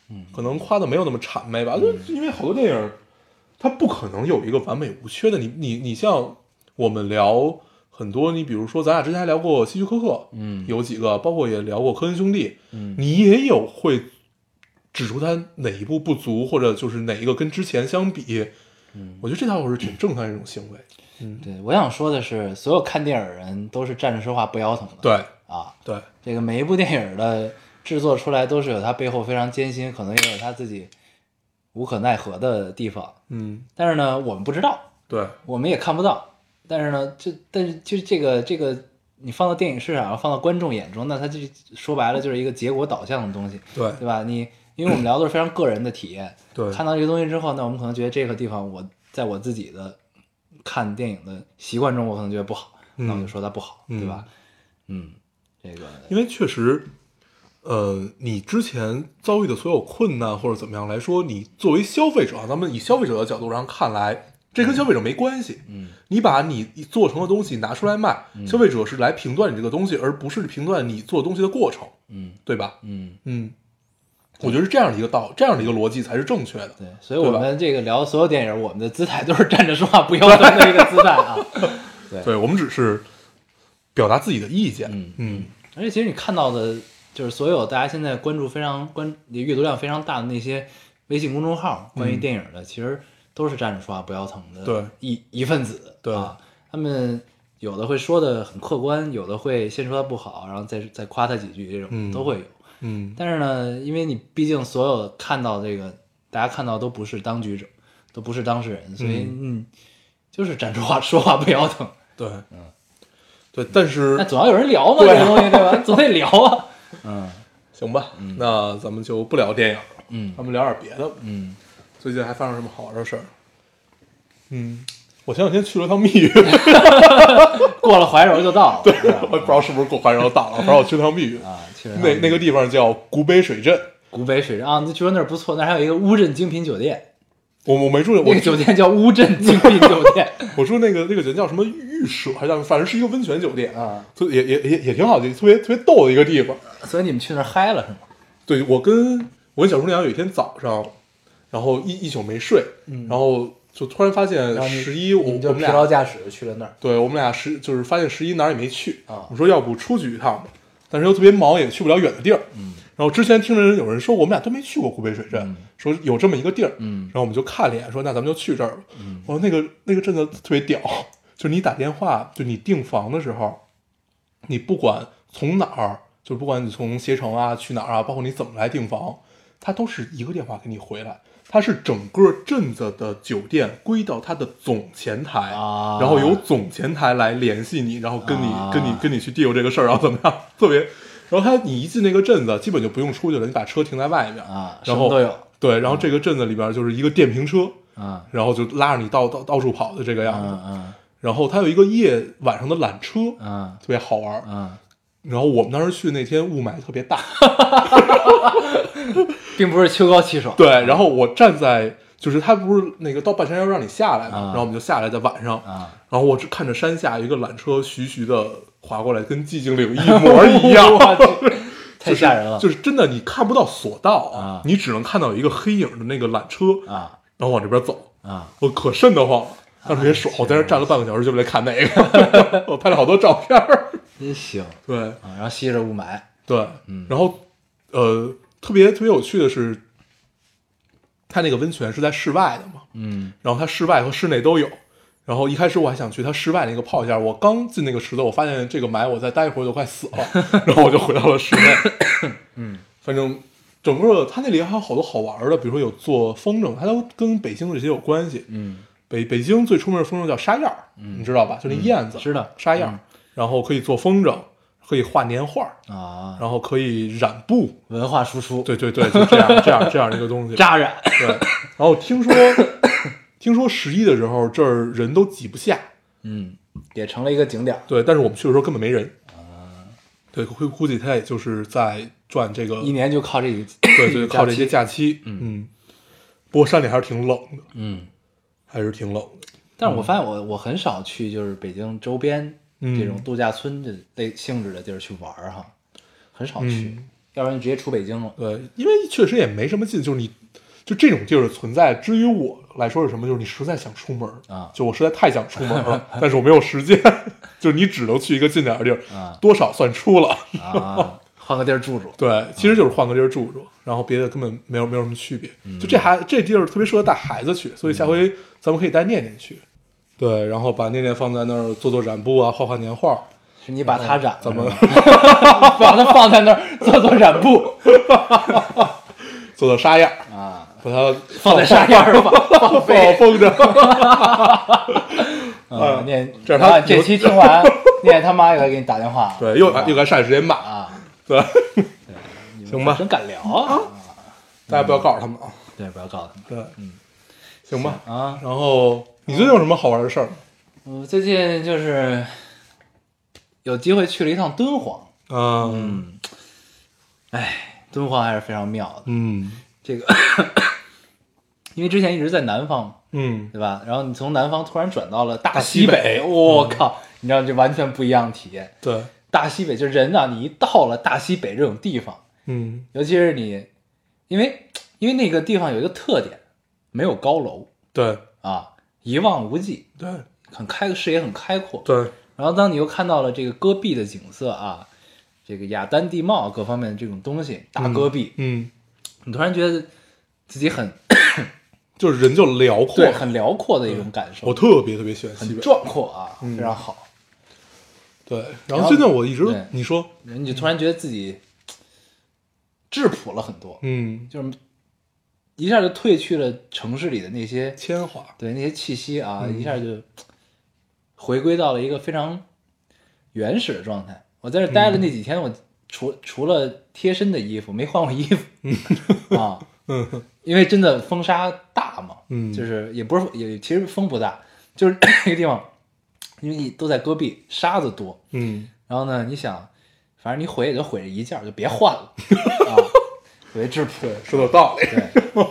[SPEAKER 2] 嗯，可能夸的没有那么谄媚吧，就因为好多电影它不可能有一个完美无缺的。你你你像我们聊很多，你比如说咱俩之前还聊过希区柯克，
[SPEAKER 1] 嗯
[SPEAKER 2] 有几个，包括也聊过科恩兄弟，
[SPEAKER 1] 嗯
[SPEAKER 2] 你也有会指出他哪一步不足，或者就是哪一个跟之前相比。嗯，我觉得这倒是挺正常的一种行为。
[SPEAKER 1] 对，我想说的是，所有看电影的人都是站着说话不腰疼的，
[SPEAKER 2] 对
[SPEAKER 1] 啊，
[SPEAKER 2] 对，
[SPEAKER 1] 这个每一部电影的制作出来都是有它背后非常艰辛，可能也有它自己无可奈何的地方。
[SPEAKER 2] 嗯，
[SPEAKER 1] 但是呢，我们不知道，
[SPEAKER 2] 对，
[SPEAKER 1] 我们也看不到。但是呢，这但是就是这个这个，你放到电影市场上，放到观众眼中，那它就说白了就是一个结果导向的东西，
[SPEAKER 2] 对，
[SPEAKER 1] 对吧？你因为我们聊的是非常个人的体验，
[SPEAKER 2] 对，
[SPEAKER 1] 看到这个东西之后，那我们可能觉得这个地方我在我自己的看电影的习惯中，我可能觉得不好，
[SPEAKER 2] 嗯
[SPEAKER 1] 那我就说它不好，
[SPEAKER 2] 嗯
[SPEAKER 1] 对吧？嗯，这个
[SPEAKER 2] 因为确实，呃，你之前遭遇的所有困难或者怎么样来说，你作为消费者啊，咱们以消费者的角度上看来，这跟消费者没关系。
[SPEAKER 1] 嗯，
[SPEAKER 2] 你把你做成的东西拿出来卖，消费者是来评断你这个东西，而不是评断你做东西的过程，
[SPEAKER 1] 嗯
[SPEAKER 2] 对吧？
[SPEAKER 1] 嗯，
[SPEAKER 2] 嗯，我觉得是这样的一个道，这样的一个逻辑才是正确的。
[SPEAKER 1] 对，所以我
[SPEAKER 2] 对吧
[SPEAKER 1] 们这个聊所有电影，我们的姿态都是站着说话不腰疼的一个姿态啊。 对
[SPEAKER 2] 对我们只是表达自己的意见。
[SPEAKER 1] 嗯
[SPEAKER 2] 嗯
[SPEAKER 1] 而且其实你看到的，就是所有大家现在关注非常关阅读量非常大的那些微信公众号关于电影的，其实都是站着说话不腰疼的，
[SPEAKER 2] 嗯对
[SPEAKER 1] 一一份子，
[SPEAKER 2] 对
[SPEAKER 1] 啊，他们有的会说的很客观，有的会先说他不好，然后再再夸他几句，这种、
[SPEAKER 2] 嗯
[SPEAKER 1] 都会有。
[SPEAKER 2] 嗯，
[SPEAKER 1] 但是呢，因为你毕竟所有看到这个，大家看到都不是当局者，都不是当事人，所以嗯，就是站着话说话不腰疼。
[SPEAKER 2] 对，对，但
[SPEAKER 1] 嗯
[SPEAKER 2] 是
[SPEAKER 1] 那总要有人聊嘛，这
[SPEAKER 2] 对啊
[SPEAKER 1] 个东西对吧？总得聊啊。嗯
[SPEAKER 2] 行吧，那咱们就不聊电影了，
[SPEAKER 1] 嗯
[SPEAKER 2] 咱们聊点别的吧。
[SPEAKER 1] 嗯，
[SPEAKER 2] 最近还发生什么好玩的事儿？嗯，我前两天去了趟密 云，
[SPEAKER 1] 过了怀柔就到了。啊对吧
[SPEAKER 2] 我也不知道是不是过怀柔大了，反正我去了趟密云。
[SPEAKER 1] 啊，去了
[SPEAKER 2] 那那个地方叫古北水镇，
[SPEAKER 1] 古北水镇啊，你据说那儿不错，那儿还有一个乌镇精品酒店，
[SPEAKER 2] 我我没住，
[SPEAKER 1] 那
[SPEAKER 2] 我
[SPEAKER 1] 个酒店叫乌镇精品酒店
[SPEAKER 2] 我住那个那个酒店叫什么玉舍，还是叫反正是一个温泉酒店，
[SPEAKER 1] 啊，
[SPEAKER 2] 就也也也也挺好，就特别特别逗的一个地方。
[SPEAKER 1] 所以你们去那儿嗨了是吗？
[SPEAKER 2] 对我跟我跟小厨娘有一天早上，然后一一宿没睡，然后就突然发现
[SPEAKER 1] 嗯然后你
[SPEAKER 2] 十一我
[SPEAKER 1] 你
[SPEAKER 2] 我
[SPEAKER 1] 们就
[SPEAKER 2] 们
[SPEAKER 1] 疲
[SPEAKER 2] 俩
[SPEAKER 1] 劳驾驶去了那儿，
[SPEAKER 2] 对我们俩十就是发现十一哪儿也没去
[SPEAKER 1] 啊
[SPEAKER 2] 我说要不出去一趟吧，但是又特别忙，也去不了远的地儿。嗯，然后之前听着有人说我们俩都没去过古北水镇，说有这么一个地儿，
[SPEAKER 1] 嗯
[SPEAKER 2] 然后我们就看了一眼，说那咱们就去这儿吧。嗯，我说那个那个镇子特别屌，就是你打电话，就你订房的时候，你不管从哪儿，就不管你从携程啊去哪儿啊，包括你怎么来订房，它都是一个电话给你回来。它是整个镇子的酒店归到它的总前台
[SPEAKER 1] 啊
[SPEAKER 2] 然后由总前台来联系你，然后跟你、
[SPEAKER 1] 啊
[SPEAKER 2] 跟你跟你去 deal 这个事儿，然后怎么样？ 特别，然后他你一进那个镇子，基本就不用出去了，你把车停在外面
[SPEAKER 1] 啊什
[SPEAKER 2] 然后
[SPEAKER 1] 么都有。嗯
[SPEAKER 2] 对，然后这个镇子里边就是一个电瓶车，
[SPEAKER 1] 啊
[SPEAKER 2] 然后就拉着你到到到处跑的这个样子。
[SPEAKER 1] 嗯
[SPEAKER 2] 然后它有一个夜晚上的缆车，
[SPEAKER 1] 嗯
[SPEAKER 2] 特别好玩儿。
[SPEAKER 1] 嗯，
[SPEAKER 2] 然后我们当时去那天雾霾 特别大，
[SPEAKER 1] 并不是秋高气爽。
[SPEAKER 2] 对，然后我站在就是它不是那个到半山腰让你下来嘛，
[SPEAKER 1] 啊
[SPEAKER 2] 然后我们就下来在晚上，
[SPEAKER 1] 啊，
[SPEAKER 2] 然后我只看着山下有一个缆车徐徐的划过来，跟寂静岭一模一样。
[SPEAKER 1] 我去太吓人了。
[SPEAKER 2] 就是真的，你看不到索道
[SPEAKER 1] 啊
[SPEAKER 2] 你只能看到有一个黑影的那个缆车，
[SPEAKER 1] 啊
[SPEAKER 2] 然后往这边走，
[SPEAKER 1] 啊，
[SPEAKER 2] 我可瘆得慌了，当时也爽，我在那儿站了半个小时就为了看那 个，我拍了好多照片儿。
[SPEAKER 1] 真行
[SPEAKER 2] 对
[SPEAKER 1] 啊！然后吸着雾霾，
[SPEAKER 2] 对，
[SPEAKER 1] 嗯
[SPEAKER 2] 然后呃，特别特别有趣的是，它那个温泉是在室外的嘛，
[SPEAKER 1] 嗯
[SPEAKER 2] 然后它室外和室内都有。然后一开始我还想去它室外那个泡一下，我刚进那个池子，我发现这个霾，我再待一会儿就快死 了，然后我就回到了室内。嗯，反正整个它那里还有好多好玩的，比如说有做风筝，它都跟北京的这些有关系。
[SPEAKER 1] 嗯
[SPEAKER 2] 北北京最出名的风筝叫沙燕儿，你知道吧？就那燕子，
[SPEAKER 1] 知道嗯
[SPEAKER 2] 沙燕儿，然后可以做风筝，可以画年画，
[SPEAKER 1] 啊，
[SPEAKER 2] 然后可以染布，
[SPEAKER 1] 文化输出，
[SPEAKER 2] 对对对，就这样这样这样的一个 东西。
[SPEAKER 1] 扎染
[SPEAKER 2] 对，然后听说 听说十一的时候这儿人都挤不下，
[SPEAKER 1] 嗯，也成了一个景点儿，
[SPEAKER 2] 对，但是我们去的时候根本没人。
[SPEAKER 1] 啊
[SPEAKER 2] 对，估估计他也就是在赚这个，
[SPEAKER 1] 一年就靠这一，
[SPEAKER 2] 对对，靠这些
[SPEAKER 1] 假期
[SPEAKER 2] 假期。嗯，不过山里还是挺冷的，
[SPEAKER 1] 嗯。
[SPEAKER 2] 还是挺冷的。
[SPEAKER 1] 但是我发现我我很少去就是北京周边
[SPEAKER 2] 嗯
[SPEAKER 1] 这种度假村这类性质的地儿去玩儿哈，很少去
[SPEAKER 2] 嗯，
[SPEAKER 1] 要不然就直接出北京了。
[SPEAKER 2] 对，呃因为确实也没什么劲，就是你就这种地儿的存在，至于我来说是什么，就是你实在想出门儿
[SPEAKER 1] 啊
[SPEAKER 2] 就我实在太想出门儿 了，但是我没有时间， 就是你只能去一个近点儿的地儿，
[SPEAKER 1] 啊
[SPEAKER 2] 多少算出了。
[SPEAKER 1] 啊，换个地儿住住。
[SPEAKER 2] 对，其实就是换个地儿住住，然后别的根本没有没有什么区别。
[SPEAKER 1] 嗯
[SPEAKER 2] 就这还这地儿特别适合带孩子去，所以下回咱们可以带念念去。对，然后把念念放在那儿做做染布啊，画画 年画。
[SPEAKER 1] 是你把它染了，
[SPEAKER 2] 咱们
[SPEAKER 1] 是吧把它放在那儿做做染布
[SPEAKER 2] 做做沙样儿
[SPEAKER 1] 啊，
[SPEAKER 2] 把它
[SPEAKER 1] 放在 沙发上吧，放
[SPEAKER 2] 放
[SPEAKER 1] 飞。
[SPEAKER 2] 风筝。
[SPEAKER 1] 嗯，念
[SPEAKER 2] 哎这是他
[SPEAKER 1] 啊这 期听完，念他妈又来给你打电话了。
[SPEAKER 2] 对，又又该上时间骂，
[SPEAKER 1] 啊，
[SPEAKER 2] 对，
[SPEAKER 1] 你们
[SPEAKER 2] 行吧
[SPEAKER 1] 真敢聊啊！
[SPEAKER 2] 大家不要告诉他们啊。
[SPEAKER 1] 对，不要告诉他
[SPEAKER 2] 对，嗯，行吧。
[SPEAKER 1] 们啊。
[SPEAKER 2] 然后你最近有什么好玩的事儿吗？
[SPEAKER 1] 我最近就是有机会去了一趟敦煌，
[SPEAKER 2] 嗯
[SPEAKER 1] 嗯，哎，敦煌还是非常妙的。
[SPEAKER 2] 嗯
[SPEAKER 1] 这个， 因为之前一直在南方，
[SPEAKER 2] 嗯
[SPEAKER 1] 对吧？然后你从南方突然转到了大
[SPEAKER 2] 大西
[SPEAKER 1] 西
[SPEAKER 2] 北
[SPEAKER 1] 我、靠，你知道这完全不一样的体验。
[SPEAKER 2] 对，
[SPEAKER 1] 大西北就人啊，你一到了大西北这种地方，
[SPEAKER 2] 嗯
[SPEAKER 1] 尤其是你，因为因为那个地方有一个特点，没有高楼
[SPEAKER 2] 对
[SPEAKER 1] 啊，一望无际，
[SPEAKER 2] 对
[SPEAKER 1] 很开视野很开阔。
[SPEAKER 2] 对，
[SPEAKER 1] 然后当你又看到了这个戈壁的景色啊，这个雅丹地貌各方面的这种东西，大戈壁，
[SPEAKER 2] 嗯，
[SPEAKER 1] 你突然觉得自己很
[SPEAKER 2] 就是人就辽阔
[SPEAKER 1] 对，，很辽阔的一种感受，
[SPEAKER 2] 嗯我特别特别喜欢西
[SPEAKER 1] 很
[SPEAKER 2] 北。
[SPEAKER 1] 壮阔啊，
[SPEAKER 2] 嗯
[SPEAKER 1] 非常好。
[SPEAKER 2] 对，然后最近我一直
[SPEAKER 1] 对
[SPEAKER 2] 你说，
[SPEAKER 1] 然后你就突然觉得自己质朴了很多，
[SPEAKER 2] 嗯，
[SPEAKER 1] 就是一下就褪去了城市里的那些
[SPEAKER 2] 铅华，
[SPEAKER 1] 对那些气息啊，
[SPEAKER 2] 嗯
[SPEAKER 1] 一下就回归到了一个非常原始的状态。我在这待了
[SPEAKER 2] 嗯
[SPEAKER 1] 那几天，我除除了贴身的衣服，没换过衣服、啊，
[SPEAKER 2] 嗯
[SPEAKER 1] 因为真的风沙大嘛，
[SPEAKER 2] 嗯
[SPEAKER 1] 就是也不是也其实风不大，就是 那个地方，因为你都在戈壁，沙子多，
[SPEAKER 2] 嗯
[SPEAKER 1] 然后呢，你想，反正你毁也就毁这一件儿，就别换 了啊，特别质朴，
[SPEAKER 2] 说的有道理。
[SPEAKER 1] 对，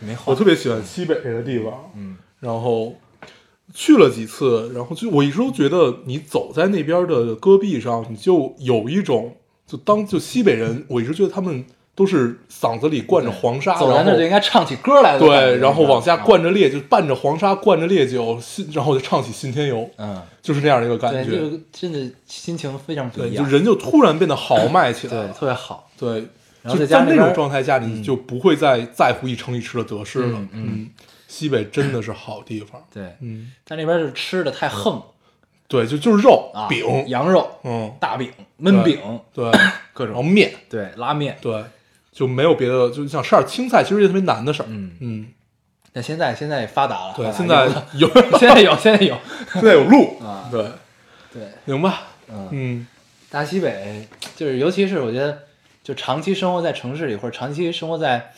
[SPEAKER 1] 没
[SPEAKER 2] 我
[SPEAKER 1] 换
[SPEAKER 2] 特别喜欢西北这个地方，
[SPEAKER 1] 嗯，
[SPEAKER 2] 然后去了几次，然后就我一直都觉得你走在那边的戈壁上，你就有一种就当就西北人，我一直觉得他们都是嗓子里灌着黄沙，
[SPEAKER 1] 走在
[SPEAKER 2] 然
[SPEAKER 1] 那
[SPEAKER 2] 后
[SPEAKER 1] 儿就应该唱起歌来的感觉，
[SPEAKER 2] 对，然后往
[SPEAKER 1] 啊
[SPEAKER 2] 下灌着烈，就伴着黄沙灌着烈酒，信然后就唱起《信天游》，
[SPEAKER 1] 嗯，
[SPEAKER 2] 就是那样的一个
[SPEAKER 1] 对，
[SPEAKER 2] 感
[SPEAKER 1] 就
[SPEAKER 2] 觉。
[SPEAKER 1] 是真的心情非常不
[SPEAKER 2] 对，
[SPEAKER 1] 一
[SPEAKER 2] 就
[SPEAKER 1] 样，
[SPEAKER 2] 人就突然变得豪迈起来
[SPEAKER 1] 对
[SPEAKER 2] 了。
[SPEAKER 1] 特别好。
[SPEAKER 2] 对，
[SPEAKER 1] 然后
[SPEAKER 2] 就
[SPEAKER 1] 再加
[SPEAKER 2] 在
[SPEAKER 1] 那
[SPEAKER 2] 那
[SPEAKER 1] 边
[SPEAKER 2] 种
[SPEAKER 1] 儿
[SPEAKER 2] 状态下，你就不会再在乎一城一池的得失了。
[SPEAKER 1] 嗯嗯
[SPEAKER 2] 嗯，西北真的是好地方。
[SPEAKER 1] 对，
[SPEAKER 2] 嗯，
[SPEAKER 1] 但那边就是吃的太横了
[SPEAKER 2] 对，就就是肉
[SPEAKER 1] 啊，
[SPEAKER 2] 嗯饼，
[SPEAKER 1] 羊肉、
[SPEAKER 2] 嗯，
[SPEAKER 1] 大饼、焖饼，
[SPEAKER 2] 对，哦
[SPEAKER 1] 各
[SPEAKER 2] 然后
[SPEAKER 1] 种
[SPEAKER 2] 面，
[SPEAKER 1] 对拉面。
[SPEAKER 2] 对，就没有别的，就像吃点青菜，其实也特别难的事儿。
[SPEAKER 1] 嗯
[SPEAKER 2] 嗯，
[SPEAKER 1] 但现在现在发达了，
[SPEAKER 2] 对，
[SPEAKER 1] 发达
[SPEAKER 2] 现在
[SPEAKER 1] 有了
[SPEAKER 2] 有
[SPEAKER 1] 现在有现在有，
[SPEAKER 2] 现在有路
[SPEAKER 1] 啊
[SPEAKER 2] 对，
[SPEAKER 1] 对，
[SPEAKER 2] 行吧，
[SPEAKER 1] 嗯
[SPEAKER 2] 嗯
[SPEAKER 1] 大西北就是，尤其是我觉得，就长期生活在城市里，或者长期生活在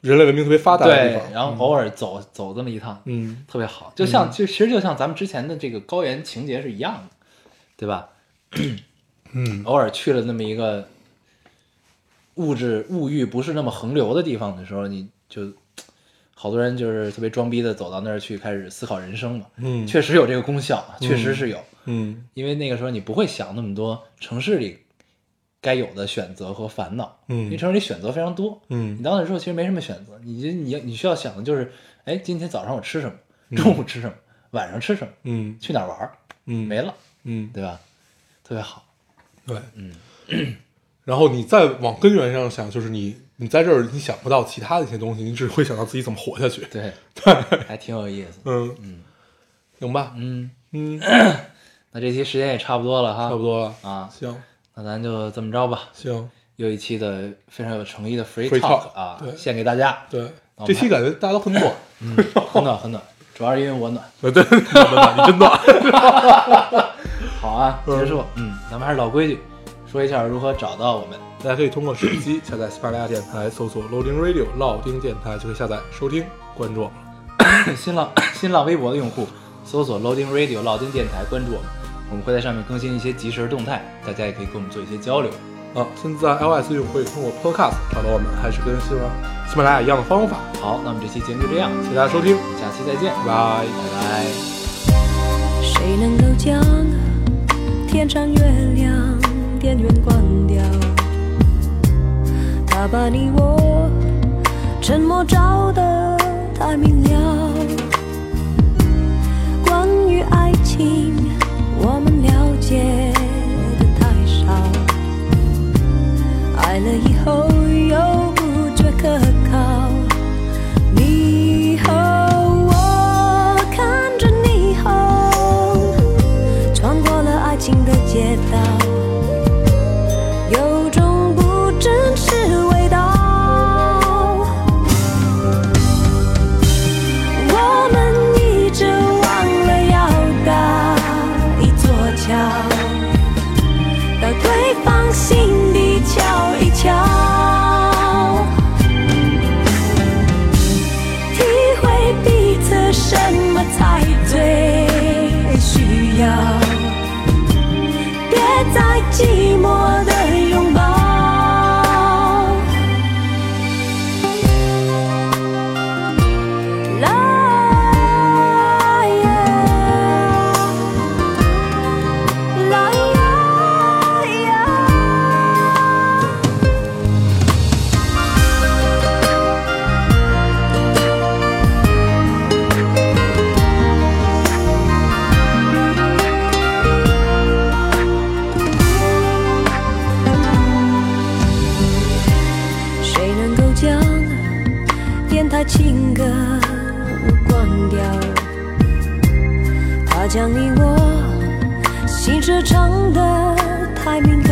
[SPEAKER 2] 人类文明特别发达的地
[SPEAKER 1] 对，
[SPEAKER 2] 方，
[SPEAKER 1] 然后偶尔走、走这么一趟，
[SPEAKER 2] 嗯，
[SPEAKER 1] 特别好。就像就其实就像咱们之前的这个高原情节是一样的，对吧？
[SPEAKER 2] 嗯，
[SPEAKER 1] 偶尔去了那么一个物质物欲不是那么横流的地方的时候，你就好多人就是特别装逼的走到那儿去开始思考人生嘛。
[SPEAKER 2] 嗯
[SPEAKER 1] 确实有这个功效，确实是有。
[SPEAKER 2] 嗯
[SPEAKER 1] 因为那个时候你不会想那么多城市里该有的选择和烦恼，因为
[SPEAKER 2] 嗯
[SPEAKER 1] 城市里选择非常多。你
[SPEAKER 2] 嗯
[SPEAKER 1] 到那之后其实没什么选择，你就你你需要想的就是，哎，今天早上我吃什么，中午吃什么，晚上吃什么，
[SPEAKER 2] 嗯
[SPEAKER 1] 去哪儿玩儿，
[SPEAKER 2] 嗯，
[SPEAKER 1] 没了，
[SPEAKER 2] 嗯
[SPEAKER 1] 对吧？特别好，
[SPEAKER 2] 对，嗯。 然后你再往根源上想，就是你你在这儿你想不到其他的一些东西，你只会想到自己怎么活下去。
[SPEAKER 1] 对，还挺有意思。
[SPEAKER 2] 嗯嗯，行吧，
[SPEAKER 1] 嗯，
[SPEAKER 2] 嗯，
[SPEAKER 1] 那这期时间也差不多了哈，
[SPEAKER 2] 差不多了。
[SPEAKER 1] 啊，
[SPEAKER 2] 行
[SPEAKER 1] 那咱就这么着吧。
[SPEAKER 2] 行，
[SPEAKER 1] 又一期的非常有诚意的 free
[SPEAKER 2] Free
[SPEAKER 1] talk
[SPEAKER 2] talk，
[SPEAKER 1] 啊，
[SPEAKER 2] 对
[SPEAKER 1] 献给大家，
[SPEAKER 2] 对，
[SPEAKER 1] 那我们
[SPEAKER 2] 这期感觉大家都很暖，
[SPEAKER 1] 很暖很暖，主要是因为我暖。
[SPEAKER 2] 嗯 对，对对对你真暖。
[SPEAKER 1] 好啊，结束。嗯，咱们还是老规矩，说一下如何找到我们。
[SPEAKER 2] 大家可以通过手机下载喜马拉雅电台，搜索 Loading Radio 老丁电台，就可以下载收听关注我们。
[SPEAKER 1] 新浪新浪微博的用户搜索 Loading Radio 老丁电台，关注我们，我们会在上面更新一些即时动态，大家也可以跟我们做一些交流。
[SPEAKER 2] 啊，现在 iOS 用户可以通过 Podcast 找到我们，还是跟喜马喜马拉雅一样的方法。
[SPEAKER 1] 好，那我们这期节目就这样，
[SPEAKER 2] 谢谢大家收听，
[SPEAKER 1] 下期再见，
[SPEAKER 2] 拜拜。
[SPEAKER 1] 拜拜。
[SPEAKER 3] 谁能够将天上月亮电源关掉？它把你我沉默照得太明了。关于爱情，我们了解的太少。爱了以后又不觉可靠。你和我看着霓虹，穿过了爱情的街道，有种不真实味道。在寂寞的拥抱。啦耶，啦耶耶。谁能够将电台情歌关掉？它将你我心事唱得太敏哎